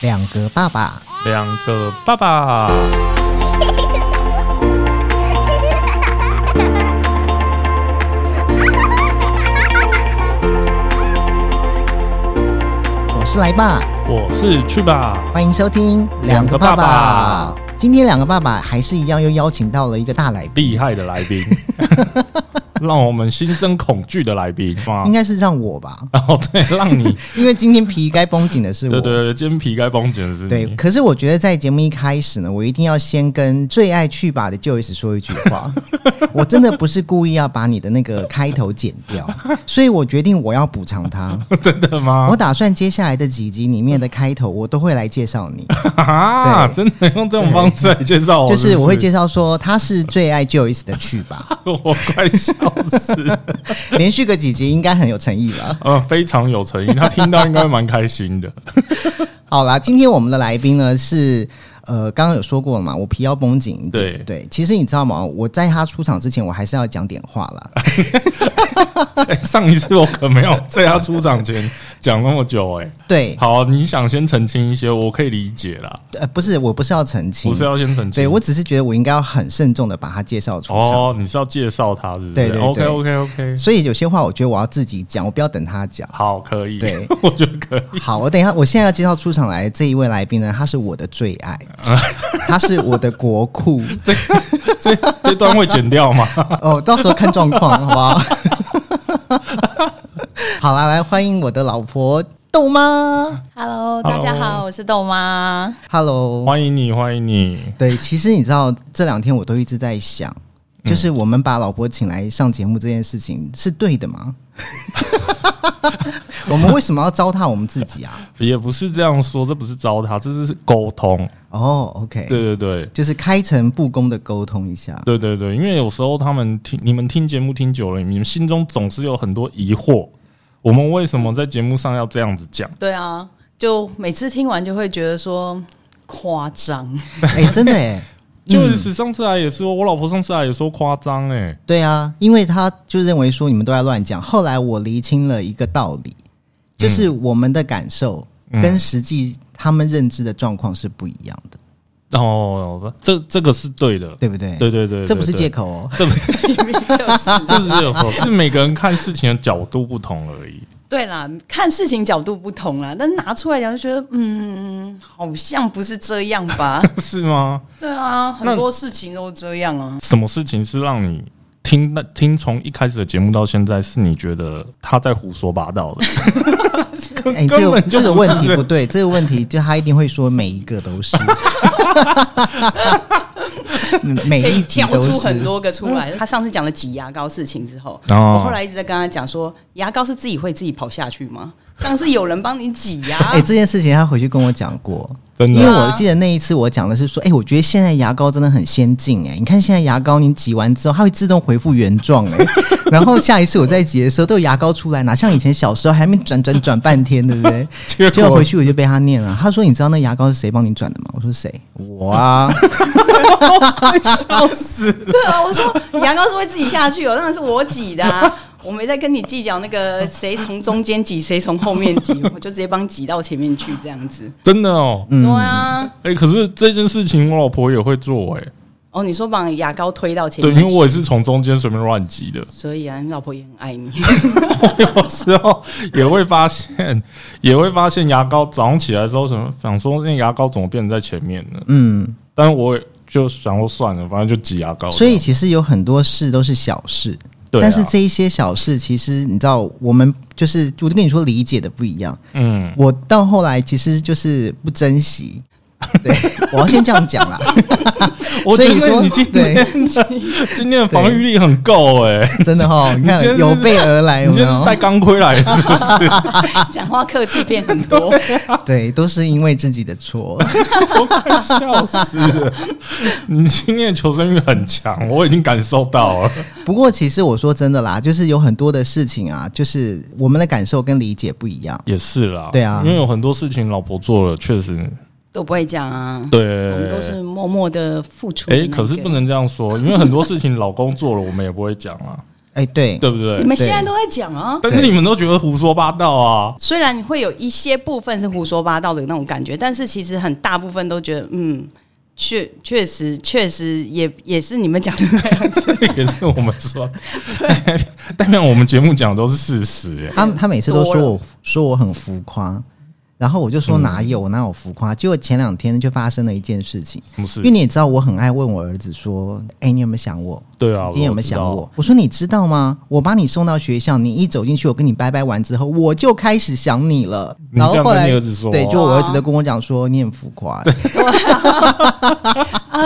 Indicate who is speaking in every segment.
Speaker 1: 两个爸爸，
Speaker 2: 两个爸爸。
Speaker 1: 我是来爸，
Speaker 2: 我是去吧，
Speaker 1: 欢迎收听
Speaker 2: 两个爸爸
Speaker 1: 今天两个爸爸还是一样，又邀请到了一个大来宾，
Speaker 2: 厉害的来 宾，让我们心生恐惧的来宾哇
Speaker 1: 应！该是让我吧，
Speaker 2: 哦，对，让你
Speaker 1: 因为今天皮该绷紧的是 我。
Speaker 2: 对对对，今天皮该绷紧的是
Speaker 1: 对
Speaker 2: 你。
Speaker 1: 可是我觉得在节目一开始呢，我一定要先跟最爱去吧的 Joyce 说一句 话，我真的不是故意要把你的那个开头剪掉，所以我决定我要补偿 他。
Speaker 2: 真的吗
Speaker 1: 我？打算接下来的几集里面的开头，我都会来介绍你，
Speaker 2: 啊，
Speaker 1: 对
Speaker 2: 真的用这种方式来介绍我，
Speaker 1: 就是
Speaker 2: 不
Speaker 1: 我会介绍说他是最爱 Joyce 的去吧，
Speaker 2: 我哦快笑死。
Speaker 1: 连续个几集应该很有诚意吧。
Speaker 2: 呃，非常有诚意，他听到应该会蛮开 心的。
Speaker 1: 好啦，今天我们的来宾呢是。呃，刚刚有说过了嘛，我皮要绷紧一点。
Speaker 2: 对
Speaker 1: 对，其实你知道吗？我在他出场之前，我还是要讲点话 啦。
Speaker 2: 哎上一次我可没有在他出场前讲那么久哎、
Speaker 1: 对，
Speaker 2: 好，你想先澄清一些，我可以理解啦，
Speaker 1: 呃，不是，我不是要澄清，
Speaker 2: 不是要先澄清。
Speaker 1: 对我只是觉得我应该要很慎重的把它介绍出来。
Speaker 2: 哦，你是要介绍他是不是？
Speaker 1: 对对
Speaker 2: o k
Speaker 1: 对
Speaker 2: OK OK，
Speaker 1: 所以有些话我觉得我要自己讲，我不要等他 讲。
Speaker 2: 好，可以，
Speaker 1: 对
Speaker 2: 我觉得可以。
Speaker 1: 好，我等一下，我现在要介绍出场来的这一位来宾呢，他是我的最 爱，他是我的国库。
Speaker 2: 这这段会剪 掉吗？
Speaker 1: 哦，到时候看状况，好不好？ 好啦，来欢迎我的老婆豆妈
Speaker 3: Hello，大家好，我是豆妈。
Speaker 1: ，Hello。
Speaker 2: 欢迎你，欢迎你。
Speaker 1: 对，其实你知道，这两天我都一直在想，
Speaker 2: 嗯
Speaker 1: 就是我们把老婆请来上节目这件事情是对的吗？ 我们为什么要糟蹋我们自己啊？
Speaker 2: 也不是这样说，这不是糟蹋，这是沟通。
Speaker 1: 哦、o k
Speaker 2: 对对对。
Speaker 1: 就是开诚布公的沟通一 下。
Speaker 2: 对对对，因为有时候他们听你们听节目听久了，你们心中总是有很多疑惑，我们为什么在节目上要这样子讲？
Speaker 3: 对啊，就每次听完就会觉得说夸 张，
Speaker 1: 哎、真的哎、
Speaker 2: 就是上次来也说，我老婆上次来也说夸张哎，
Speaker 1: 对啊，因为他就认为说你们都在乱讲。后来我厘清了一个道理，就是
Speaker 2: 嗯
Speaker 1: 我们的感受跟实际他们认知的状况是不一样的，
Speaker 2: 哦，这这个是对的，
Speaker 1: 对不对？
Speaker 2: 对对对，
Speaker 1: 这不是
Speaker 2: 对
Speaker 1: 借口 哦。
Speaker 3: 就是
Speaker 2: 这是有错，是每个人看事情的角度不同而已。
Speaker 3: 对啦，看事情角度不同啦，但拿出来讲就觉得，嗯，好像不是这样吧？
Speaker 2: 是吗？
Speaker 3: 对啊，
Speaker 2: 那
Speaker 3: 很多事情都这样啊。
Speaker 2: 什么事情是让你听那听从一开始的节目到现在，是你觉得他在胡说八 道的？
Speaker 1: 哎、
Speaker 2: 根
Speaker 1: 这个
Speaker 2: 本就
Speaker 1: 这个
Speaker 2: 不
Speaker 1: 问题
Speaker 2: 是
Speaker 1: 不对，这个问题就他一定会说每一个 都是，嗯每
Speaker 3: 可
Speaker 1: 一
Speaker 3: 以
Speaker 1: 集
Speaker 3: 跳
Speaker 1: 都
Speaker 3: 出
Speaker 1: 是
Speaker 3: 很多个出嗯来。他上次讲了挤牙膏事情之后，
Speaker 2: 哦
Speaker 3: 我后来一直在跟他讲说，牙膏是自己会自己跑下去吗？当然是有人帮你挤呀、
Speaker 1: 哎、这件事情他回去跟我讲过，
Speaker 2: 真
Speaker 1: 因为
Speaker 2: 的
Speaker 1: 我记得那一次我讲的是说，哎、我觉得现在牙膏真的很先进，哎，你看现在牙膏你挤完之后，它会自动恢复原状， 哎，然后下一次我再挤的时候，都有牙膏出来，哪像以前小时候还没转转转半天，对不对？
Speaker 2: 结
Speaker 1: 结果
Speaker 2: 果
Speaker 1: 回去我就被他念了，他说你知道那牙膏是谁帮你转的吗？我说谁？我 啊，
Speaker 2: 笑死！
Speaker 3: 对啊，我说牙膏是会自己下去哦，当然是我挤的、啊。我没在跟你计较那 个谁从中间挤，谁从后面挤，我就直接帮挤到前面去这样子。
Speaker 2: 真的哦。
Speaker 1: 嗯
Speaker 3: 对啊，
Speaker 2: 哎、可是这件事情我老婆也会做哎、
Speaker 3: 哦，你说把牙膏推到前
Speaker 2: 对，
Speaker 3: 面
Speaker 2: 因
Speaker 3: 去，
Speaker 2: 为我也是从中间随便乱挤的，
Speaker 3: 所以啊，你老婆也很爱你。
Speaker 2: 有时候也会发现， 也会发现牙膏早上起来的时候，什么想说那牙膏怎么变成在前面呢？
Speaker 1: 嗯，
Speaker 2: 但是我也就想说算了，反正就挤牙膏。
Speaker 1: 所以其实有很多事都是小事，
Speaker 2: 对啊
Speaker 1: 但是这一些小事，其实你知道，我们就是我就跟你说理解的不一样。
Speaker 2: 嗯，
Speaker 1: 我到后来其实就是不珍惜。对，我要先这样讲啦。所
Speaker 2: 我觉
Speaker 1: 以你
Speaker 2: 得
Speaker 1: 说
Speaker 2: 你今天
Speaker 1: 对，
Speaker 2: 今天的防御力很够哎、
Speaker 1: 真的哈、你看
Speaker 2: 你今天是
Speaker 1: 有备而来，有
Speaker 2: 你
Speaker 1: 没
Speaker 2: 今天是
Speaker 1: 哎有
Speaker 2: 带？钢盔来的，
Speaker 3: 讲话客气变很 多，
Speaker 1: 对，都是因为自己的错。
Speaker 2: 我快 笑死了！你今天的求生欲很强，我已经感受到了。
Speaker 1: 不过其实我说真的啦，就是有很多的事情啊，就是我们的感受跟理解不一样。
Speaker 2: 也是啦，
Speaker 1: 对啊
Speaker 2: 因为有很多事情老婆做了，确实
Speaker 3: 都不会讲啊。我
Speaker 2: 对。
Speaker 3: 们都是默默的付出的
Speaker 2: 哎、
Speaker 3: 那个。
Speaker 2: 可是不能这样说，因为很多事情老公做了，我们也不会讲啊。
Speaker 1: 哎、对，
Speaker 2: 对不对
Speaker 3: 你？们现在都在讲啊。
Speaker 2: 但是你们都觉得胡说八道啊！
Speaker 3: 虽然会有一些部分是胡说八道的那种感觉，但是其实很大部分都觉得，嗯，确确实确实也也是你们讲的那样子。
Speaker 2: 也是我们说， 但但我们节目讲的都是事实、欸，
Speaker 1: 他他每次都说
Speaker 3: 多
Speaker 1: 我说我很浮夸，然后我就说
Speaker 2: 嗯
Speaker 1: 哪有、我哪有浮夸？结果前两天就发生了一件事情，
Speaker 2: 什么事
Speaker 1: 因为？你也知道我很爱问我儿子说：“哎、你有没有想我？
Speaker 2: 对啊，
Speaker 1: 今天有没有
Speaker 2: 知
Speaker 1: 想
Speaker 2: 道
Speaker 1: 我？”？我说：“你知道吗？我把你送到学校，你一走进去，我跟你拜拜完之后，我就开始想你了。
Speaker 2: 你
Speaker 1: 然后
Speaker 2: 这样
Speaker 1: 后
Speaker 2: 跟
Speaker 1: 来
Speaker 2: 你儿子说
Speaker 1: 对，
Speaker 2: 哦
Speaker 1: 就我儿子都跟我讲说你很浮夸。
Speaker 3: 啊，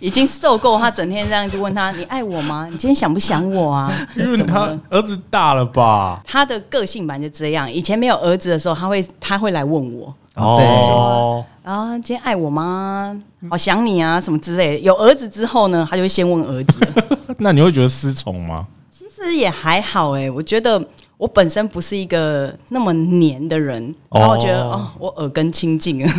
Speaker 3: 已经受够他整天这样子问他：“你爱我吗？你今天想不想我啊？”
Speaker 2: 因为
Speaker 3: 怎么
Speaker 2: 他
Speaker 3: 了
Speaker 2: 儿子大了吧？
Speaker 3: 他的个性版就这样。以前没有儿子的时候，他会他会来问我
Speaker 2: 哦，
Speaker 3: 啊，今天爱我吗？好想你啊，什么之类的。有儿子之后呢，他就会先问儿子。
Speaker 2: 那你会觉得失宠吗？
Speaker 3: 其实也还好哎、我觉得我本身不是一个那么黏的人，
Speaker 2: 哦
Speaker 3: 然后我觉得哦，我耳根清净 了，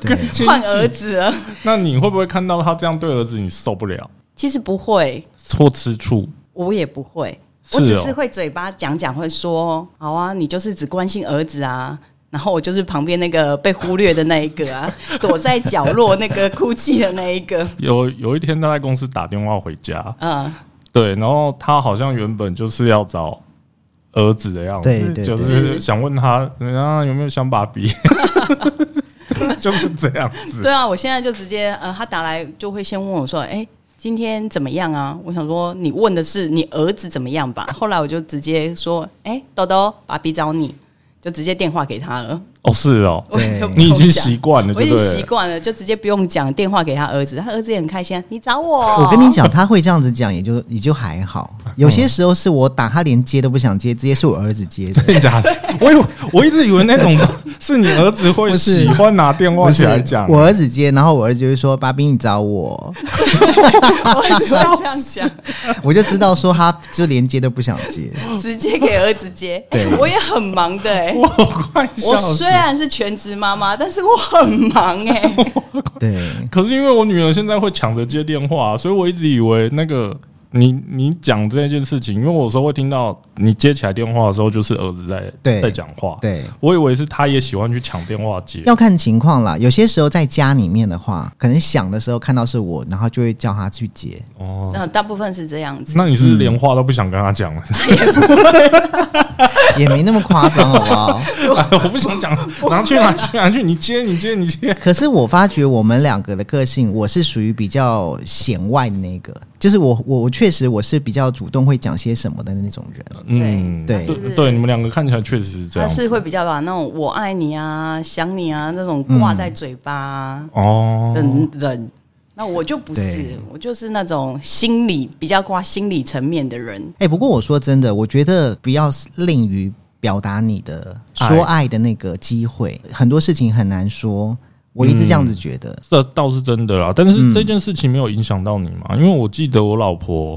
Speaker 1: 对，
Speaker 3: 换儿子了。
Speaker 2: 那你会不会看到他这样对儿子，你受不了
Speaker 3: 其实不会，
Speaker 2: 或吃醋？
Speaker 3: 我也不会，
Speaker 2: 是
Speaker 3: 我
Speaker 2: 哦
Speaker 3: 只是会嘴巴讲讲，会说好啊，你就是只关心儿子啊。然后我就是旁边那个被忽略的那一个啊，躲在角落那个哭泣的那一个，
Speaker 2: 有有一天他在公司打电话回家，
Speaker 3: 嗯，
Speaker 2: 对，然后他好像原本就是要找儿子的样子，
Speaker 1: 对对对
Speaker 2: 就是想问他，人家有没有想把比， 就是这样子。
Speaker 3: 对啊，我现在就直接呃，他打来就会先问我说：“哎、今天怎么样啊？”我想说你问的是你儿子怎么样吧。后来我就直接说：“哎、豆豆，爸比找你。”就直接电话给他了，
Speaker 2: 哦，是哦，
Speaker 3: 我也就不
Speaker 2: 你已
Speaker 3: 用
Speaker 2: 经
Speaker 3: 讲
Speaker 2: 习惯了，
Speaker 3: 我
Speaker 2: 对
Speaker 3: 已
Speaker 2: 不
Speaker 3: 经习
Speaker 2: 对？
Speaker 3: 惯了，就直接不用讲电话给他儿子，他儿子也很开心啊。你 找我，
Speaker 1: 我跟你，讲，他会这样子讲，也就也就还好。有些时候是我打他，连接都不想接，直接是我儿子接的。
Speaker 2: 真的假的？ 我以为我一直以为那种是你儿子会喜欢拿电话
Speaker 1: 不
Speaker 2: 起
Speaker 1: 是
Speaker 2: 来讲，
Speaker 1: 我儿子接，然后我儿子就会说：“爸比，你找我。
Speaker 3: 我只会 这样讲，”
Speaker 1: 我就知道说他就连接都不想接。
Speaker 3: 直接给儿子接。哎
Speaker 1: 对
Speaker 3: 我也很忙的哎、
Speaker 2: 我啊快笑
Speaker 3: 我
Speaker 2: 死
Speaker 3: 虽。然是全职妈妈，但是我很忙哎、
Speaker 1: 对，
Speaker 2: 可是因为我女儿现在会抢着接电话，啊所以我一直以为那个你你讲这件事情，因为我有时候会听到你接起来电话的时候，就是儿子在
Speaker 1: 对
Speaker 2: 在讲话。
Speaker 1: 对，
Speaker 2: 我以为是他也喜欢去抢电话接。
Speaker 1: 要看情况啦。有些时候在家里面的话，可能想的时候看到是我，然后就会叫他去接。
Speaker 2: 哦，
Speaker 3: 那大部分是这样子。
Speaker 2: 那你是不是连话都不想跟他讲了？
Speaker 1: 也没那么夸张，好不 好？
Speaker 2: 我不想讲，拿去拿去拿去，你接你接你接。
Speaker 1: 可是我发觉我们两个的个性，我是属于比较显外的那个，就是我我我确实我是比较主动会讲些什么的那种人。
Speaker 2: 嗯，
Speaker 1: 对
Speaker 2: 是对，你们两个看起来确实是这
Speaker 3: 他
Speaker 2: 样子。
Speaker 3: 是会比较把那种“我爱你”啊、“想你”啊那种挂在嘴巴啊
Speaker 2: 哦
Speaker 3: 的，人。那我就不是
Speaker 1: 对，
Speaker 3: 我就是那种心理比较挂心理层面的人。
Speaker 1: 哎、不过我说真的，我觉得不要吝于表达你的
Speaker 2: 爱
Speaker 1: 说爱的那个机会，很多事情很难说。我一直这样子觉得，
Speaker 2: 这倒是真的啦，但
Speaker 1: 嗯
Speaker 2: 是这件事情没有影响到你嘛？因为我记得我老婆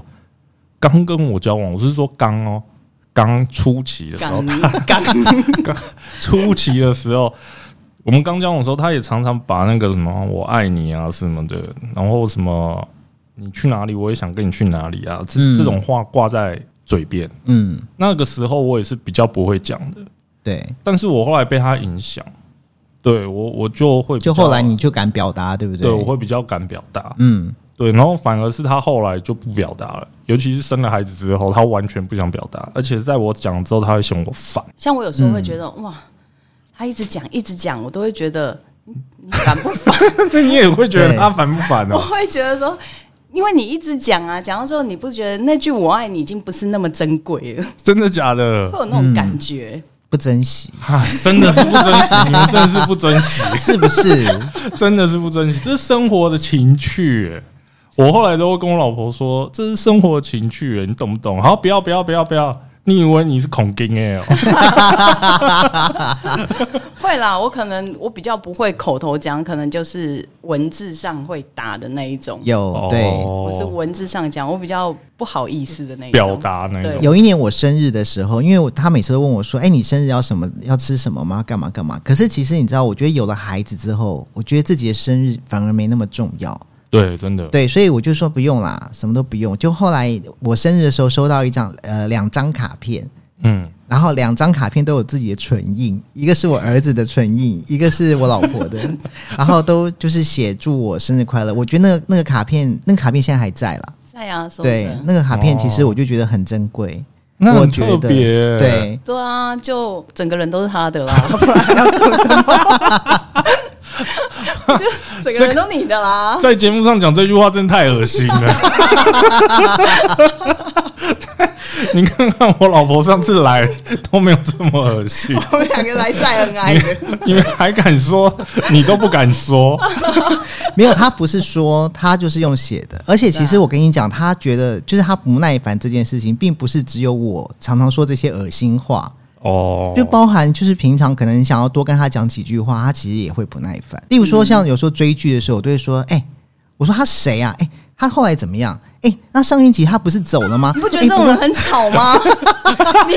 Speaker 2: 刚跟我交往，我是说刚哦，刚初期的时
Speaker 3: 敢
Speaker 2: 候，
Speaker 3: 敢
Speaker 2: 初期的时候，我们刚交往的时候，她也常常把那个什么“我爱你”啊什么的，然后什么“你去哪里，我也想跟你去哪里啊”这、
Speaker 1: 嗯
Speaker 2: 这种话挂在嘴边。
Speaker 1: 嗯，
Speaker 2: 那个时候我也是比较不会讲的，
Speaker 1: 对，
Speaker 2: 但是我后来被她影响，对我我就会比
Speaker 1: 就
Speaker 2: 较
Speaker 1: 后来你就敢表达，对不对？
Speaker 2: 对我会比较敢表达，
Speaker 1: 嗯，
Speaker 2: 对，然后反而是他后来就不表达了，尤其是生了孩子之后，他完全不想表达，而且在我讲之后，他会嫌我烦。
Speaker 3: 像我有时候会觉得、
Speaker 2: 嗯
Speaker 3: 哇，他一直讲一直讲，我都会觉得嗯你你烦 不烦？
Speaker 2: 那 你也会觉得他烦不烦
Speaker 3: 我
Speaker 2: 哦？
Speaker 3: 会觉得说，因为你一直讲啊，讲到之后你不觉得那句“我爱你”已经不是那么珍贵了，
Speaker 2: 真的假
Speaker 3: 会
Speaker 2: 的？
Speaker 3: 有那种感觉。
Speaker 1: 不珍惜，
Speaker 2: 啊，真的是不珍惜，你们真的是不珍惜，
Speaker 1: 是不是？
Speaker 2: 真的是不珍惜，这是生活的情趣欸、我后来都会跟我老婆说，这是生活的情趣欸、你懂不懂？好，不要不要不要不要，你以为你是恐惊哎、哦？嗯
Speaker 3: 会啦，我可能我比较不会口头讲，可能就是文字上会打的那一种。
Speaker 2: 哦
Speaker 1: 有哦对。
Speaker 3: 我是文字上讲，我比较不好意思的那一种
Speaker 2: 表。达那种
Speaker 3: 对
Speaker 1: 有一年我生日的时候，因为我他每次都问我说：“哎、你生日要什么？要吃什么吗？干嘛干嘛？”可是其实你知道，我觉得有了孩子之后，我觉得自己的生日反而没那么重要。
Speaker 2: 对，真的，
Speaker 1: 对，所以我就说不用啦，什么都不用。就后来我生日的时候收到一张呃两张卡片，
Speaker 2: 嗯，
Speaker 1: 然后两张卡片都有自己的唇印，一个是我儿子的唇印，一个是我老婆的，然后都就是写祝我生日快乐。我觉得那个那个卡片，那个卡片现在还在啦。
Speaker 3: 在啊，是不
Speaker 1: 对
Speaker 3: 是，？
Speaker 1: 那个卡片其实
Speaker 2: 哦
Speaker 1: 我就觉得很珍贵，
Speaker 2: 那
Speaker 1: 我
Speaker 2: 很
Speaker 1: 觉
Speaker 2: 特
Speaker 1: 得
Speaker 2: 别，，
Speaker 1: 对。
Speaker 3: 对啊，就整个人都是他 的啦，不然要说什么？就整个人都你的啦。
Speaker 2: 在节目上讲这句话真的太恶心了。 你看看我老婆上次来都没有这么恶心，
Speaker 3: 我们两个来晒恩爱的，
Speaker 2: 你们还敢说，你都不敢说。
Speaker 1: 没有，他不是说，他就是用写 的。而且其
Speaker 3: 啊
Speaker 1: 实我跟你讲，他觉得就是他不耐烦这件事情，并不是只有我常常说这些恶心话，
Speaker 2: 哦，
Speaker 1: 就包含就是平常可能想要多跟他讲几句话，他其实也会不耐烦。
Speaker 3: 嗯
Speaker 1: 例如说，像有时候追剧的时候，我都会说：“哎、我说他谁啊？哎、他后来怎么样？哎、那上一集他不是走了吗？
Speaker 3: 你不觉得
Speaker 1: 哎
Speaker 3: 这种人很吵吗？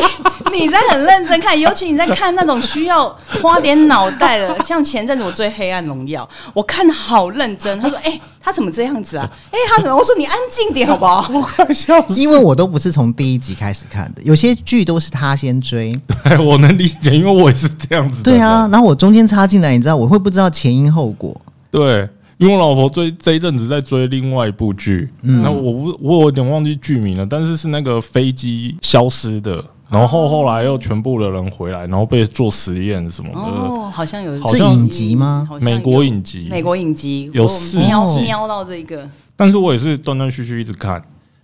Speaker 3: 你你在很认真看，尤其你在看那种需要花点脑袋的，像前阵子我追《黑暗荣耀》，我看得好认真。他说：“哎、他怎么这样子啊？哎、他怎么？”我说：“你安静点好不好？”
Speaker 2: 快哦笑死！
Speaker 1: 因为我都不是从第一集开始看的，有些剧都是他先追。
Speaker 2: 对我能理解，因为我也是这样子的。
Speaker 1: 对啊，，然后我中间插进来，你知道我会不知道前因后果。
Speaker 2: 对，因为我老婆追这一阵子在追另外一部剧，那我不我有点忘记剧名了，但是是那个飞机消失的，然后后来又全部的人回来，然后被做实验什么的。
Speaker 3: 哦，好像有
Speaker 2: 好像是
Speaker 1: 影集吗
Speaker 3: 好像有
Speaker 2: 美国影集，
Speaker 3: 美国影集
Speaker 2: 有
Speaker 3: 我
Speaker 2: 四
Speaker 3: 瞄
Speaker 1: 季
Speaker 3: 瞄到这 个，
Speaker 2: 但是我也是断断续续一直看，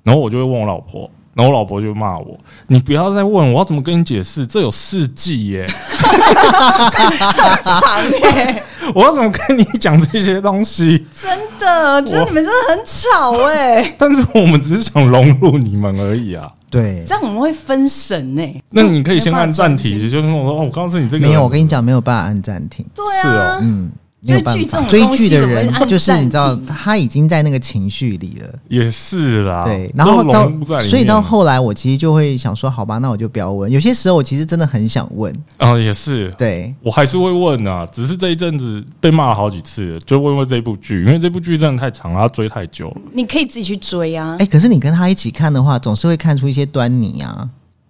Speaker 2: 然后我就会问我老婆，然后我老婆就骂我：“你不要再问我要怎么跟你解释，这有四季耶，
Speaker 3: 很长哎、
Speaker 2: 我要怎么跟你讲这些东西
Speaker 3: 真的，觉得你们真的很吵哎、？”
Speaker 2: 但是我们只是想融入你们而已啊。
Speaker 1: 对，
Speaker 3: 这样我们会分神哎、
Speaker 2: 那你可以先按暂停，就是我说哦，我告诉你这个
Speaker 1: 没有，我跟你讲，没有办法按暂停。
Speaker 3: 对
Speaker 2: 是
Speaker 3: 啊，
Speaker 2: 哦
Speaker 1: 嗯，没
Speaker 3: 追
Speaker 1: 有办
Speaker 3: 剧
Speaker 1: 法。
Speaker 3: 这
Speaker 1: 追
Speaker 3: 种东西
Speaker 1: 剧的
Speaker 3: 怎么会
Speaker 1: 人
Speaker 3: 按
Speaker 1: 就是你知道，
Speaker 3: 暂停
Speaker 1: 他已经在那个情绪里了。
Speaker 2: 也是啦，
Speaker 1: 对，然后
Speaker 2: 都
Speaker 1: 到
Speaker 2: 融入在里面
Speaker 1: 所以到后来，我其实就会想说，好吧，那我就不要问。有些时候，我其实真的很想问。
Speaker 2: 啊、也是。
Speaker 1: 对，
Speaker 2: 我还是会问啊，只是这一阵子被骂了好几次了，就问问这部剧，因为这部剧真的太长了，它追太久了。
Speaker 3: 你可以自己去追啊
Speaker 1: 哎、。可是你跟他一起看的话，总是会看出一些端倪啊。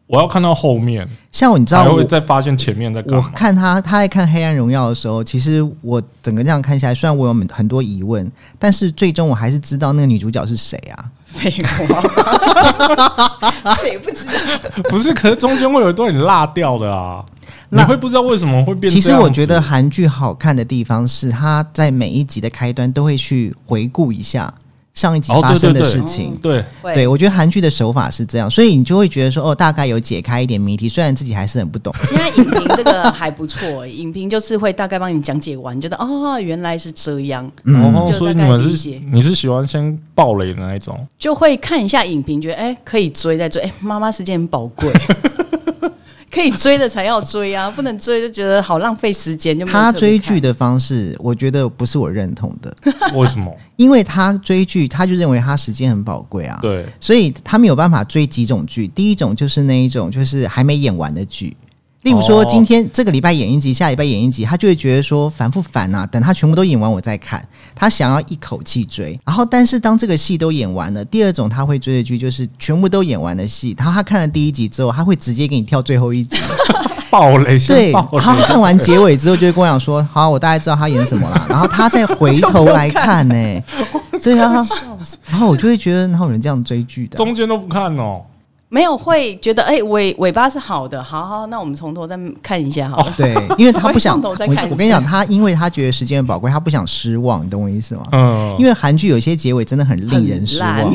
Speaker 2: 我要看到后面，
Speaker 1: 像我，你知道
Speaker 2: 才
Speaker 1: 我
Speaker 2: 会再发现前面在干
Speaker 1: 我
Speaker 2: 嘛。
Speaker 1: 看他他在看《黑暗荣耀》的时候，其实我整个这样看下来，虽然我有很很多疑问，但是最终我还是知道那个女主角是谁啊。
Speaker 3: 美国， 谁不知道？
Speaker 2: 不是，可是中间会有一段你落掉的啊，你
Speaker 1: 那
Speaker 2: 会不知道为什么会变这样子。
Speaker 1: 其实我觉得韩剧好看的地方是，它在每一集的开端都会去回顾一下上一集
Speaker 2: 哦
Speaker 1: 发
Speaker 2: 对
Speaker 1: 生
Speaker 2: 对
Speaker 1: 的
Speaker 2: 对
Speaker 1: 事情。
Speaker 2: 对，
Speaker 1: 对，我觉得韩剧的手法是这样，所以你就会觉得说，哦，大概有解开一点谜题，虽然自己还是很不懂。
Speaker 3: 现在影评这个还不错，欸影评就是会大概帮你讲解完，觉得哦原来是这样，
Speaker 2: 然
Speaker 1: 嗯，
Speaker 2: 后
Speaker 3: 就大
Speaker 2: 哦所以你
Speaker 3: 概
Speaker 2: 们
Speaker 3: 理
Speaker 2: 是
Speaker 3: 解
Speaker 2: 你是喜欢先爆雷的那一种，
Speaker 3: 就会看一下影评，觉得哎、可以追再追，哎、妈妈时间很宝 贵。可以追的才要追啊，不能追就觉得好浪费时间。就没有
Speaker 1: 他
Speaker 3: 特别
Speaker 1: 追
Speaker 3: 看
Speaker 1: 剧的方式，我觉得不是我认同的，
Speaker 2: 为什么？
Speaker 1: 因为他追剧，他就认为他时间很宝贵啊。。
Speaker 2: 对，
Speaker 1: 所以他们有办法追几种剧，第一种就是那一种就是还没演完的剧，例如说
Speaker 2: 哦
Speaker 1: 今天、这个礼拜演一集，下礼拜演一集，他就会觉得说烦不烦啊？等他全部都演完我再看，他想要一口气追。然后但是当这个戏都演完了，第二种他会追的剧就是全部都演完的戏，然后他看了第一集之后，他会直接给你跳最后一集，
Speaker 2: 爆雷 先
Speaker 1: 对
Speaker 2: 爆，雷，
Speaker 1: 他看完结尾之后就会跟我讲说，好，我大概知道他演什么了，然后他再回头来看呢、哎 对啊，然后我就会觉得，然后有人这样追剧的啊。
Speaker 2: 中间都不看哦。
Speaker 3: 没有会觉得哎、尾尾巴是好的，好好，那我们从头再看一下好了。
Speaker 1: 对，因为他不想，
Speaker 3: 哦我
Speaker 1: 我
Speaker 3: 会上头再看一次
Speaker 1: 我跟你讲，他因为他觉得时间很宝贵，他不想失望，你懂我意思吗？
Speaker 2: 嗯
Speaker 1: 因，为韩剧有些结尾真的很令人失
Speaker 3: 哦很
Speaker 1: 望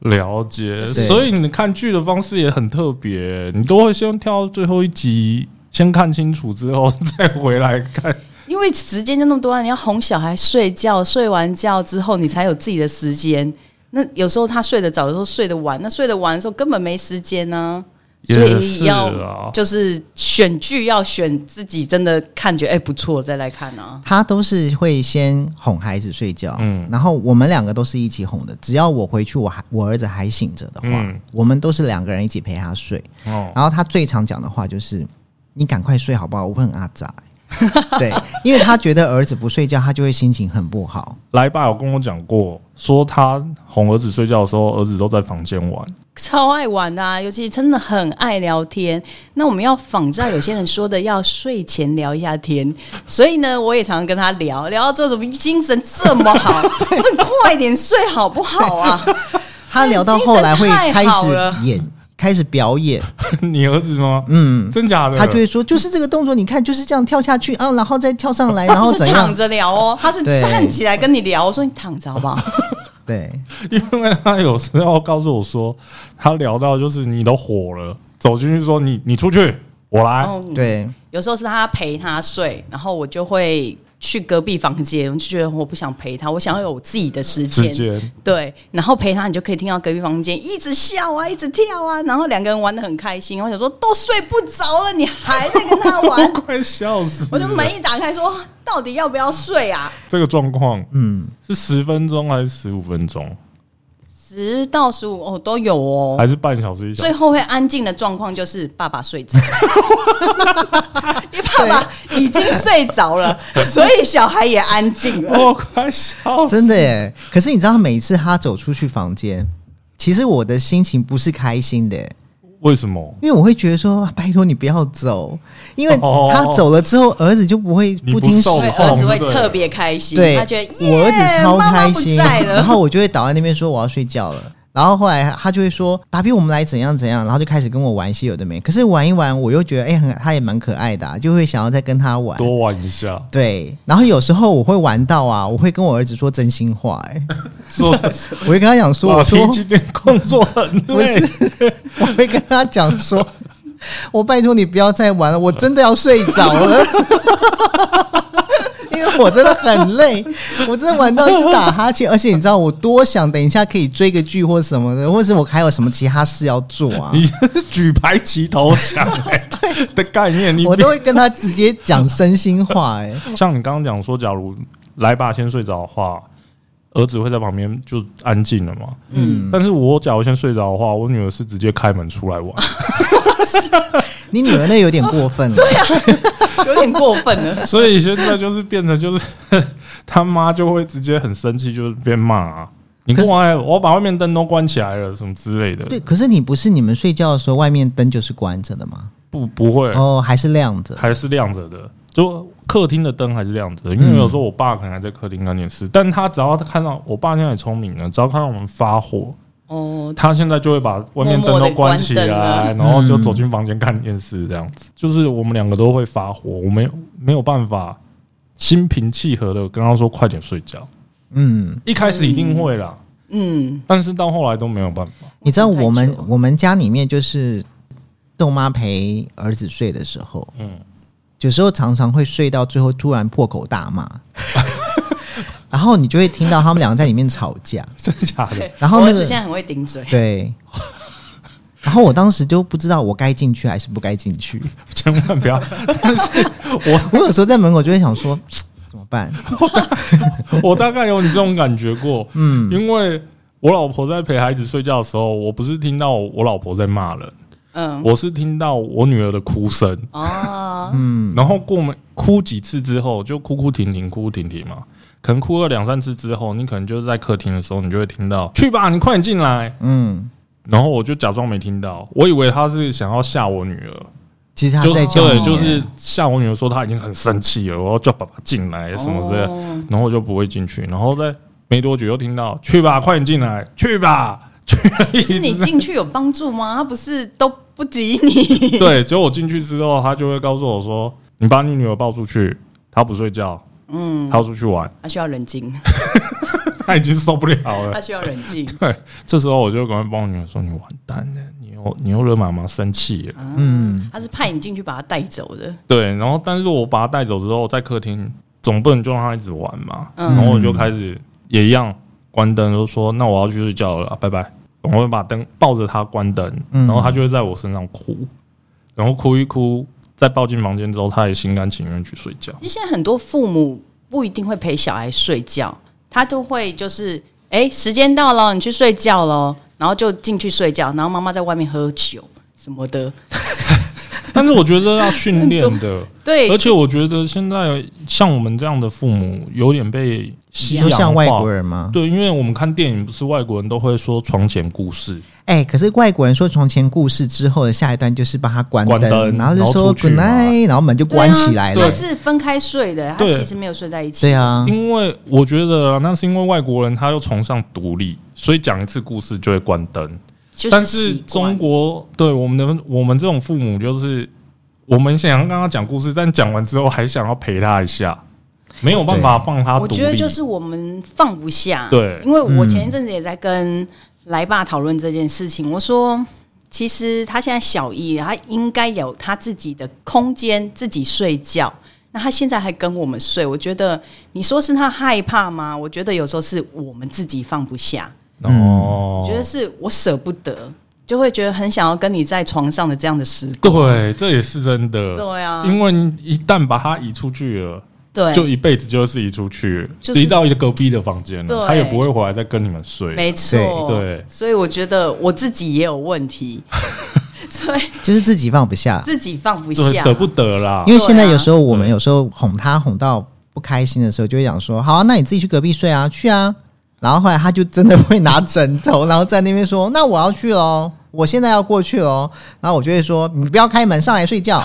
Speaker 3: 烂，
Speaker 2: 了解。
Speaker 1: 对
Speaker 2: 所以你看剧的方式也很特别，你都会先跳到最后一集，先看清楚之后 再回来看。
Speaker 3: 因为时间就那么多啊，你要哄小孩睡觉，睡完觉之后你才有自己的时间。那有时候他睡得早，有时候睡得晚，那睡得晚的时候根本没时间呢、
Speaker 2: 也
Speaker 3: 所以
Speaker 2: 是
Speaker 3: 要
Speaker 2: 啊，
Speaker 3: 就是选剧要选自己真的看觉得哎、不错再来看啊。
Speaker 1: 他都是会先哄孩子睡觉，
Speaker 2: 嗯
Speaker 1: 然后我们两个都是一起哄的。只要我回去，我还我儿子还醒着的话，
Speaker 2: 嗯
Speaker 1: 我们都是两个人一起陪他睡。
Speaker 2: 哦，
Speaker 1: 然后他最常讲的话就是：“你赶快睡好不好？我会很阿杂、 对，因为他觉得儿子不睡觉，他就会心情很不好。
Speaker 2: 来爸有跟我讲过，说他哄儿子睡觉的时候，儿子都在房间玩。
Speaker 3: 超爱玩的、啊，尤其真的很爱聊天。那我们要仿照有些人说的，要睡前聊一下天。 所以呢，我也常常跟他聊，聊到最后怎么精神这么好， 能快点睡好不 好啊？
Speaker 1: 他聊
Speaker 3: 哎
Speaker 1: 到后来会开始演，开始表演，
Speaker 2: 你儿子吗？
Speaker 1: 嗯，
Speaker 2: 真假的？
Speaker 1: 他就会说，就是这个动作，你看就是这样跳下去啊，然后再跳 上来，然后
Speaker 3: 他不
Speaker 1: 怎
Speaker 3: 是躺
Speaker 1: 样？
Speaker 3: 着聊哦，他是
Speaker 1: 对
Speaker 3: 站起来跟你聊。我说你躺着好 不好？
Speaker 1: 对，
Speaker 2: 因为他有时候告诉我说，他聊到就是你都火了，走进去说你你出去，我来。
Speaker 3: 然后
Speaker 1: 哦对，
Speaker 3: 嗯有时候是他陪他睡，然后我就会去隔壁房间，我就觉得我不想陪他，我想要有我自己的时
Speaker 2: 之
Speaker 3: 间。
Speaker 2: 间
Speaker 3: 对，然后陪他，你就可以听到隔壁房间一直笑啊，一直跳啊，然后两个人玩的很开心。我想说，都睡不着了，你还在跟 他玩，
Speaker 2: 快笑死了！
Speaker 3: 我就门一打开说，到底要不要睡啊？
Speaker 2: 这个状况
Speaker 1: 嗯，
Speaker 2: 是十分钟还是十五分钟，
Speaker 3: 十到十五哦都有哦。
Speaker 2: 还是半小时一小
Speaker 3: 最
Speaker 2: 时？
Speaker 3: 后会安静的状况就是爸爸睡 着，因为爸爸已经睡 着了，所以小孩也安静了。
Speaker 2: 哦，快笑死！
Speaker 1: 真的耶。可是你知道，每次他走出去房间，其实我的心情不是开心的耶。
Speaker 2: 为什么？
Speaker 1: 因为我会觉得说，啊拜托你不要走，因为
Speaker 2: 哦
Speaker 1: 他走了之后，儿子就不会
Speaker 2: 你
Speaker 1: 不
Speaker 2: 不
Speaker 1: 听使
Speaker 2: 受
Speaker 3: 所以
Speaker 2: 控
Speaker 3: 儿子会
Speaker 2: 对
Speaker 3: 特别开心，
Speaker 1: 对，
Speaker 3: 他觉得耶，
Speaker 1: 我儿子超
Speaker 3: 妈妈
Speaker 1: 开
Speaker 3: 不
Speaker 1: 心，
Speaker 3: 在了
Speaker 1: 然后我就会倒在那边说我要睡觉了。然后后来他就会说：“爸比，我们来怎样怎样。”然后就开始跟我玩一些有的没。可是玩一玩，我又觉得哎、很他也蛮可爱的、啊，就会想要再跟他玩。
Speaker 2: 多玩 一下，
Speaker 1: 对，然后有时候我会玩到啊，我会跟我儿子说真心话、哎，
Speaker 2: 说
Speaker 1: 我会跟他讲说：“
Speaker 2: 老
Speaker 1: 我说
Speaker 2: 皮今天工作很
Speaker 1: 不
Speaker 2: 累，
Speaker 1: 是，我会跟他讲说， 我拜托你不要再玩了，我真的要睡着了。 因为我真的很累，我真的玩到一直打哈欠，而且你知道我多想等一下可以追个剧或什么的，或是我还有什么其他事要做啊，
Speaker 2: 你是举牌齐投降、欸、的概念，你
Speaker 1: 我都会跟他直接讲真心话、哎，
Speaker 2: 像你刚刚讲说，假如来爸先睡着的话，儿子会在旁边就安静了嘛。嗯，但是我假如先睡着的话，我女儿是直接开门出 来玩，
Speaker 1: 你女儿那有点过分了，
Speaker 2: 啊
Speaker 3: 有点过分 了。
Speaker 2: 所以现在就是变成就是他妈就会直接很生气，就是边骂、啊。你跟我来，我把外面灯都关起来了，什么之类的。
Speaker 1: 对，可是你不是你们睡觉的时候外面灯就是关着的吗？
Speaker 2: 不不会，
Speaker 1: 哦，还是亮着，
Speaker 2: 还是亮着的，就客厅的灯还是亮着的。因为有时候我爸可能还在客厅看电视，但他只要看到我爸现在也聪明了，只要看到我们发火，
Speaker 3: 哦，
Speaker 2: 他现在就会把外面灯都关起
Speaker 3: 默默地
Speaker 2: 来，
Speaker 3: 关
Speaker 2: 然后就走进房间看电视，这样子。就是我们两个都会发火，我没有没有办法心平气和的跟他说快点睡觉。
Speaker 1: 嗯。
Speaker 2: 一开始一定会啦，
Speaker 3: 嗯，
Speaker 2: 但是到后来都没有办法。
Speaker 1: 你知道我们
Speaker 3: 太久了
Speaker 1: 我们家里面就是豆妈陪儿子睡的时候，
Speaker 2: 嗯，
Speaker 1: 有时候常常会睡到最后突然破口大骂， 然后你就会听到他们两个在里面吵 架，
Speaker 2: 真的假的？
Speaker 1: 然后
Speaker 3: 我
Speaker 1: 那
Speaker 3: 儿
Speaker 1: 个
Speaker 3: 子现在很会顶嘴，
Speaker 1: 对。然后我当时就不知道我该进去还是不该进去，
Speaker 2: 千万不要！
Speaker 1: 我有时候在门口就会想说怎么办？
Speaker 2: 我大概有你这种感觉过，嗯，因为我老婆在陪孩子睡觉的时候，我不是听到我老婆在骂人，
Speaker 3: 嗯，
Speaker 2: 我是听到我女儿的哭声，
Speaker 3: 哦，
Speaker 2: 然后过没哭几次之后，就哭哭停停，哭哭停停嘛。可能哭了两三次之后，你可能就是在客厅的时候，你就会听到“去吧，你快点进来
Speaker 1: 嗯，”。
Speaker 2: 然后我就假装没听到，我以为他是想要吓我女儿，
Speaker 1: 其实他
Speaker 2: 就是
Speaker 1: 在教
Speaker 2: 对，
Speaker 1: 你
Speaker 2: 就是吓我女儿说她已经很生气了，我要叫爸爸进来什么之类的，
Speaker 3: 哦
Speaker 2: 然后我就不会进去。然后在没多久又听到“去吧，快点进来，去吧，去了一
Speaker 3: 可是你
Speaker 2: 直在
Speaker 3: 进去有帮助吗？他不是都不理 你，
Speaker 2: 对，结果我进去之后，他就会告诉我说：“你把你女儿抱出去，她不睡觉，嗯，她要出去玩。”
Speaker 3: 他需要 冷静，
Speaker 2: 他已经受不了 了。
Speaker 3: 他需要冷静。
Speaker 2: 对，这时候我就赶快帮我女儿说：“你完蛋了，你又你又惹妈妈生气了。
Speaker 1: 嗯，
Speaker 3: 他是派你进去把他带走的，”
Speaker 2: 对，然后但是我把她带走之后，在客厅总不能就让她一直玩嘛，
Speaker 3: 嗯
Speaker 2: 然后我就开始也一样关灯，就说：“那我要去睡觉了，啊拜拜。”我会把灯抱着她关灯，
Speaker 1: 嗯
Speaker 2: 然后她就会在我身上哭，然后哭一哭，再抱进房间之后，她也心甘情愿去睡 觉。
Speaker 3: 其实现在很多父母不一定会陪小孩睡觉，他都会就是，哎、时间到了，你去睡觉喽，然后就进去睡觉，然后妈妈在外面喝酒什么的，
Speaker 2: 但是我觉得要训练 的，
Speaker 3: 对
Speaker 2: 而，且我觉得现在像我们这样的父母，有点被西
Speaker 1: 就
Speaker 2: 洋
Speaker 1: 像外国
Speaker 2: 化。
Speaker 1: 人吗？
Speaker 2: 对，因为我们看电影，不是外国人都会说床前故事，
Speaker 1: 哎、可是外国人说床前故事之后的下一段就是帮他关
Speaker 2: 关
Speaker 1: 灯，
Speaker 2: 灯
Speaker 1: 然后就
Speaker 2: 然后
Speaker 1: 说
Speaker 2: 出去
Speaker 1: good
Speaker 2: 嘛
Speaker 1: night，然后门就
Speaker 3: 对
Speaker 1: 关起来
Speaker 3: 啊、
Speaker 1: 了
Speaker 3: 他。是分开睡的，他
Speaker 2: 对
Speaker 3: 其实没有睡在一起。
Speaker 1: 对啊，
Speaker 2: 因为我觉得啊那是因为外国人他又崇尚独立，所以讲一次故事就会关灯。
Speaker 3: 就
Speaker 2: 但是
Speaker 3: 是
Speaker 2: 中国对我们的我们这种父母，就是我们想要跟他讲故事，但讲完之后还想要陪他一下，没有办法放他
Speaker 3: 我
Speaker 2: 独
Speaker 3: 觉得
Speaker 2: 立
Speaker 3: 就。是我们放不下。
Speaker 2: 对
Speaker 3: 因为我
Speaker 1: 嗯
Speaker 3: 前一阵子也在跟来爸讨论这件事情，我说。其实他现在小一，他应该有他自己的空间，自己睡觉。那他现在还跟我们睡，我觉得你说是他害怕吗？我觉得有时候是我们自己放不下，
Speaker 2: 哦
Speaker 3: 我，嗯觉得是我舍不得，就会觉得很想要跟你在床上的这样的时光。
Speaker 2: 对，这也是真的。
Speaker 3: 对啊
Speaker 2: 因为你一旦把他移出去了，
Speaker 3: 对，
Speaker 2: 就一辈子就是移出去，
Speaker 3: 就是
Speaker 2: 移到一个隔壁的房间了，
Speaker 3: 对
Speaker 2: 他也不会回来再跟你们睡。
Speaker 3: 没错，
Speaker 2: 对
Speaker 3: 所以我觉得我自己也有 问题，所以
Speaker 1: 就是自己放不下，
Speaker 3: 自己放不
Speaker 2: 就是
Speaker 3: 下，
Speaker 2: 舍不得啦
Speaker 1: 因。为
Speaker 3: 对
Speaker 1: 现在有
Speaker 3: 啊
Speaker 1: 时候我们
Speaker 2: 对
Speaker 1: 有时候哄他哄到不开心的时候，就会讲说：“好啊，那你自己去隔壁睡啊，去啊。”然后后来他就真的会拿枕头，然后在那边说：“那我要去喽，我现在要过去喽。”然后我就会说：“你不要开门，上来睡觉。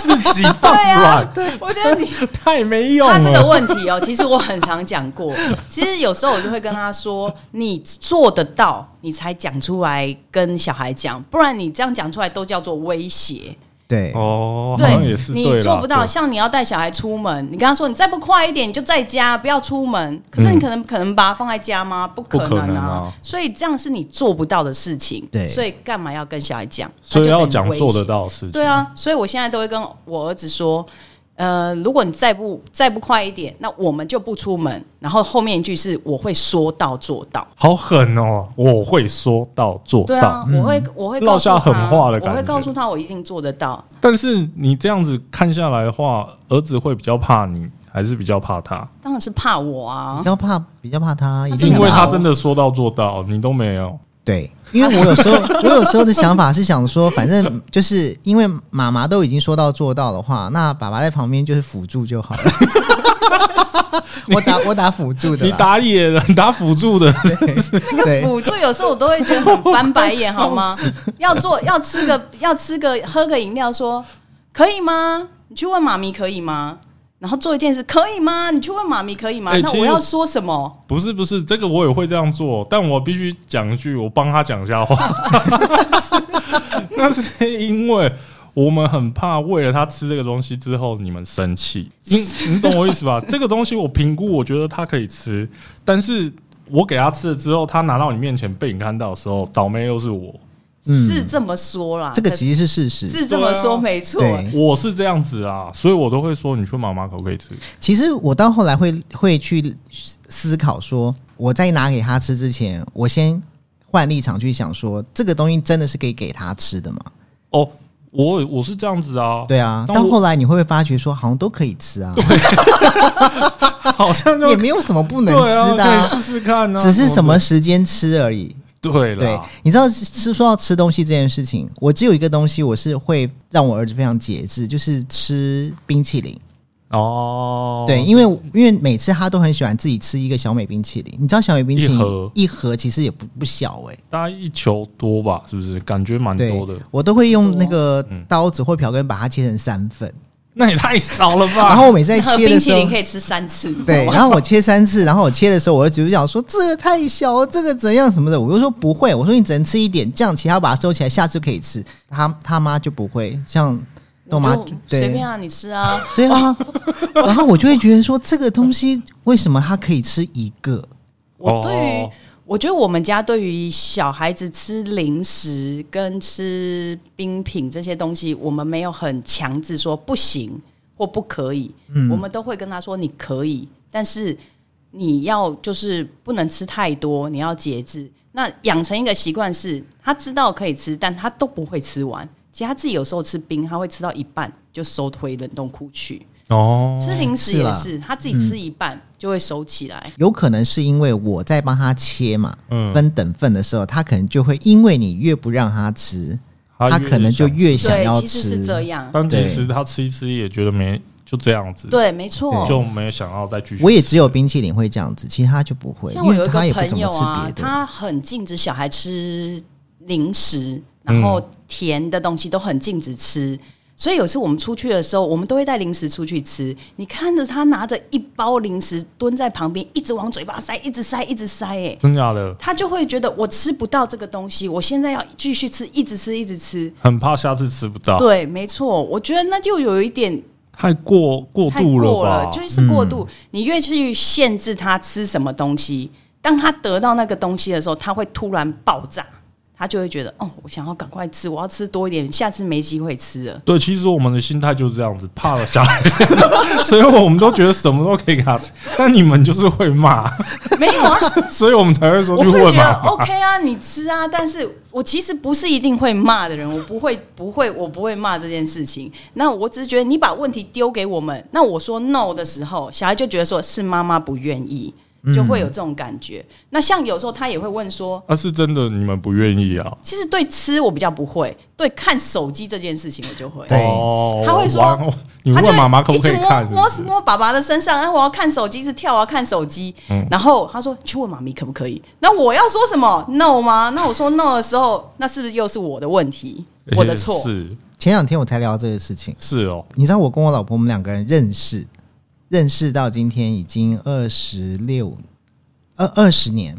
Speaker 2: 自己放软，
Speaker 3: 对，我觉得你
Speaker 2: 太没用啊
Speaker 3: 他这个
Speaker 2: 了。
Speaker 3: 问题哦，其实我很常讲过。其实有时候我就会跟他说：“你做得到，你才讲出来跟小孩讲，不然你这样讲出来都叫做威胁。”
Speaker 1: 对，
Speaker 2: 哦，好像
Speaker 3: 对
Speaker 2: 也，是对
Speaker 3: 你
Speaker 2: 啦
Speaker 3: 做不到。
Speaker 2: 对
Speaker 3: 像你要带小孩出门，你跟他说：“你再不快一点，你就在家，不要出门。”可是你可能可能把他放在家吗？不可
Speaker 2: 嗯不
Speaker 3: 能
Speaker 2: 可能
Speaker 3: 啊
Speaker 2: 啊！
Speaker 3: 所以这样是你做不到的事情。
Speaker 1: 对
Speaker 3: 所以干嘛要跟小孩讲？
Speaker 2: 所以
Speaker 3: 他就
Speaker 2: 要
Speaker 3: 等于
Speaker 2: 讲
Speaker 3: 威
Speaker 2: 做
Speaker 3: 胁
Speaker 2: 得到的事情。
Speaker 3: 对啊，所以我现在都会跟我儿子说，呃，如果你再不再不快一点，那我们就不出门。然后后面一句是我会说到做到。
Speaker 2: 好狠哦！我会说到做
Speaker 3: 对
Speaker 2: 到，嗯
Speaker 3: 啊，我会我会告
Speaker 2: 落
Speaker 3: 诉
Speaker 2: 下
Speaker 3: 他，
Speaker 2: 狠话的感
Speaker 3: 我会
Speaker 2: 觉
Speaker 3: 告诉他我一定做得到。
Speaker 2: 但是你这样子看下来的话，儿子会比较怕你，还是比较怕他？
Speaker 3: 当然是怕我啊
Speaker 1: 比，较怕，比较怕他，一
Speaker 3: 他真的
Speaker 1: 定
Speaker 2: 因为
Speaker 1: 的
Speaker 2: 他
Speaker 1: 啊
Speaker 2: 真的说到做到，你都没有。
Speaker 1: 对，因为我有时候 我有时候的想法是想说，反正 就是因为妈妈都已经说到做到的话，那爸爸在旁边就是辅助就好了。 我打我打辅助的啦，
Speaker 2: 你打野的，你打辅助的，
Speaker 1: 对
Speaker 2: 哎
Speaker 3: 辅助有时候我都会觉得很翻白眼，好 吗？要做要吃个要吃个喝个饮料说可以吗？你去问妈咪可以吗？然后做一件事可以吗？你去问妈咪可以吗？
Speaker 2: 哎
Speaker 3: 那
Speaker 2: 其实
Speaker 3: 我要
Speaker 2: 我
Speaker 3: 说什么？
Speaker 2: 不是不是，这个我也会这样做，但我必须讲一句，我帮他讲一 下话。那是因为我们很怕为了他吃这个东西之后你们生气，你你懂我 意思吧？这个东西我评估，我觉得他可以吃，但是我给他吃了之后，他拿到你面前被你看到的时候，倒霉又是我。嗯
Speaker 3: 是这么说
Speaker 2: 啊
Speaker 3: 啦，
Speaker 1: 这个
Speaker 3: 可
Speaker 1: 其实是事实。
Speaker 3: 是这么说没错。
Speaker 1: 对
Speaker 2: 我是这样子啊，所以我都会说，你去妈妈可不可以吃？
Speaker 1: 其实我到后来会会去思考说，我在拿给他吃之前，我先换立场去想说，这个东西真的是可以给他吃的吗？
Speaker 2: 哦，我我是这样子啊，
Speaker 1: 对啊，
Speaker 2: 但
Speaker 1: 到
Speaker 2: 我
Speaker 1: 后来你会不会发觉说，好像都可以吃 啊，
Speaker 2: 好像就
Speaker 1: 也没有什么不能
Speaker 2: 对啊
Speaker 1: 吃的、
Speaker 2: 可以试试看啊，
Speaker 1: 只是什么时间吃而已。
Speaker 2: 对
Speaker 1: 对
Speaker 2: 啦，，
Speaker 1: 你知道是说到吃东西这件事情，我只有一个东西我是会让我儿子非常节制，就是吃冰淇淋。
Speaker 2: 哦，
Speaker 1: 对，因为因为每次他都很喜欢自己吃一个小美冰淇淋，你知道小美冰淇淋
Speaker 2: 一盒
Speaker 1: 一盒其实也不不小哎、
Speaker 2: 大概一球多吧，是不是？感觉蛮
Speaker 1: 对
Speaker 2: 多嗯的，，
Speaker 1: 我都会用那个刀子或瓢羹把它切成三份，
Speaker 2: 那也太少了吧？
Speaker 1: 然后我每次在
Speaker 3: 喝
Speaker 1: 切
Speaker 3: 冰
Speaker 1: 的
Speaker 3: 淇
Speaker 1: 时
Speaker 3: 淋
Speaker 1: 候
Speaker 3: 可。以吃三次，
Speaker 1: 对，
Speaker 3: 好
Speaker 1: 然后我切三次，然后我切的时候，我儿子就讲说这个太小了，这个怎样什么的，我就说不会，我说你只能吃一点，这样其他把它收起来，下次可以吃。他他妈就不会，像豆妈
Speaker 3: 吧我就随
Speaker 1: 对
Speaker 3: 便啊，你吃啊，
Speaker 1: 对 啊，然后我就会觉得说这个东西为什么它可以吃一个？
Speaker 3: 我对于
Speaker 2: 哦，
Speaker 3: 我觉得我们家对于小孩子吃零食跟吃冰品这些东西，我们没有很强制说不行或不可以，
Speaker 1: 嗯
Speaker 3: 我们都会跟他说你可以，但是你要就是不能吃太多，你要节制。那养成一个习惯是，他知道可以吃，但他都不会吃完。其实他自己有时候吃冰，他会吃到一半就收推冷冻库去。
Speaker 2: 哦，
Speaker 3: 吃零食
Speaker 1: 是
Speaker 3: 也
Speaker 1: 啦
Speaker 3: 是，他自己吃一半就会收起来。
Speaker 1: 有可能是因为我在帮他切嘛，
Speaker 2: 嗯
Speaker 1: 分等份的时候，他可能就会因为你越不让他吃，他可能就
Speaker 2: 越想
Speaker 1: 越想
Speaker 3: 对，
Speaker 1: 要
Speaker 3: 其实
Speaker 1: 吃
Speaker 3: 是这样。
Speaker 2: 但其
Speaker 1: 对
Speaker 2: 实他吃一吃也觉得没就这样子，，
Speaker 3: 对，没错。
Speaker 2: 就没有想要再继续。
Speaker 1: 我也只有冰淇淋会这样子，其他就不会，
Speaker 3: 像我
Speaker 1: 因
Speaker 3: 有
Speaker 1: 为
Speaker 3: 一
Speaker 1: 他
Speaker 3: 个
Speaker 1: 也不怎
Speaker 3: 朋
Speaker 1: 么
Speaker 3: 友
Speaker 1: 吃
Speaker 3: 啊
Speaker 1: 别，的。
Speaker 3: 他很禁止小孩吃零食，然后甜的东西都很禁止吃。所以有次我们出去的时候，我们都会带零食出去吃。你看着他拿着一包零食蹲在旁边，一直往嘴巴塞，一直塞，一直塞、哎，
Speaker 2: 真假的，
Speaker 3: 他就会觉得我吃不到这个东西，我现在要继续吃，一直吃，一直吃。
Speaker 2: 很怕下次吃不到，
Speaker 3: 对，没错，我觉得那就有一点
Speaker 2: 太过过
Speaker 3: 太
Speaker 2: 度
Speaker 3: 过
Speaker 2: 吧？嗯
Speaker 3: 就是过度。你越去限制他吃什么东西，当他得到那个东西的时候，他会突然爆炸，他就会觉得哦，我想要赶快吃，我要吃多一点，下次没机会吃 了。
Speaker 2: 对，其实我们的心态就是这样子，怕了小孩， 所以我们都觉得什么都可以给他吃。但你们就是会骂，
Speaker 3: 没有啊，
Speaker 2: 所以我们才会说
Speaker 3: 我
Speaker 2: 去
Speaker 3: 会觉
Speaker 2: 问
Speaker 3: 得
Speaker 2: 嘛。
Speaker 3: OK 啊，你吃啊，但是我其实不是一定会骂的人，我不会，不会，我不会骂这件事情。那我只是觉得你把问题丢给我们，那我说 no 的时候，小孩就觉得说是妈妈不愿意，就会有
Speaker 2: 嗯
Speaker 3: 这种感觉。那像有时候他也会问说。
Speaker 2: 啊那、是真的，你们不愿意啊？
Speaker 3: 其实对吃我比较不会，对看手机这件事情我就会。
Speaker 1: 对
Speaker 2: 哦
Speaker 3: 他会说
Speaker 2: 玩你
Speaker 3: 他就
Speaker 2: 问
Speaker 3: 会
Speaker 2: 妈妈可不可以
Speaker 3: 一直
Speaker 2: 看是不
Speaker 3: 摸摸
Speaker 2: 是？
Speaker 3: 摸爸爸的身上，哎然后我要看手机，一直跳，我要看手机。
Speaker 2: 嗯
Speaker 3: 然后他说：“去问妈咪可不可以？”那我要说什么？No 吗？那我说 No 的时候，那是不是又是我的问题，我的错？
Speaker 2: 欸是
Speaker 1: 前两天我才聊到这个事情，
Speaker 2: 是哦，
Speaker 1: 你知道我跟我老婆我们两个人认识，认识到今天已经二十六，二二十年，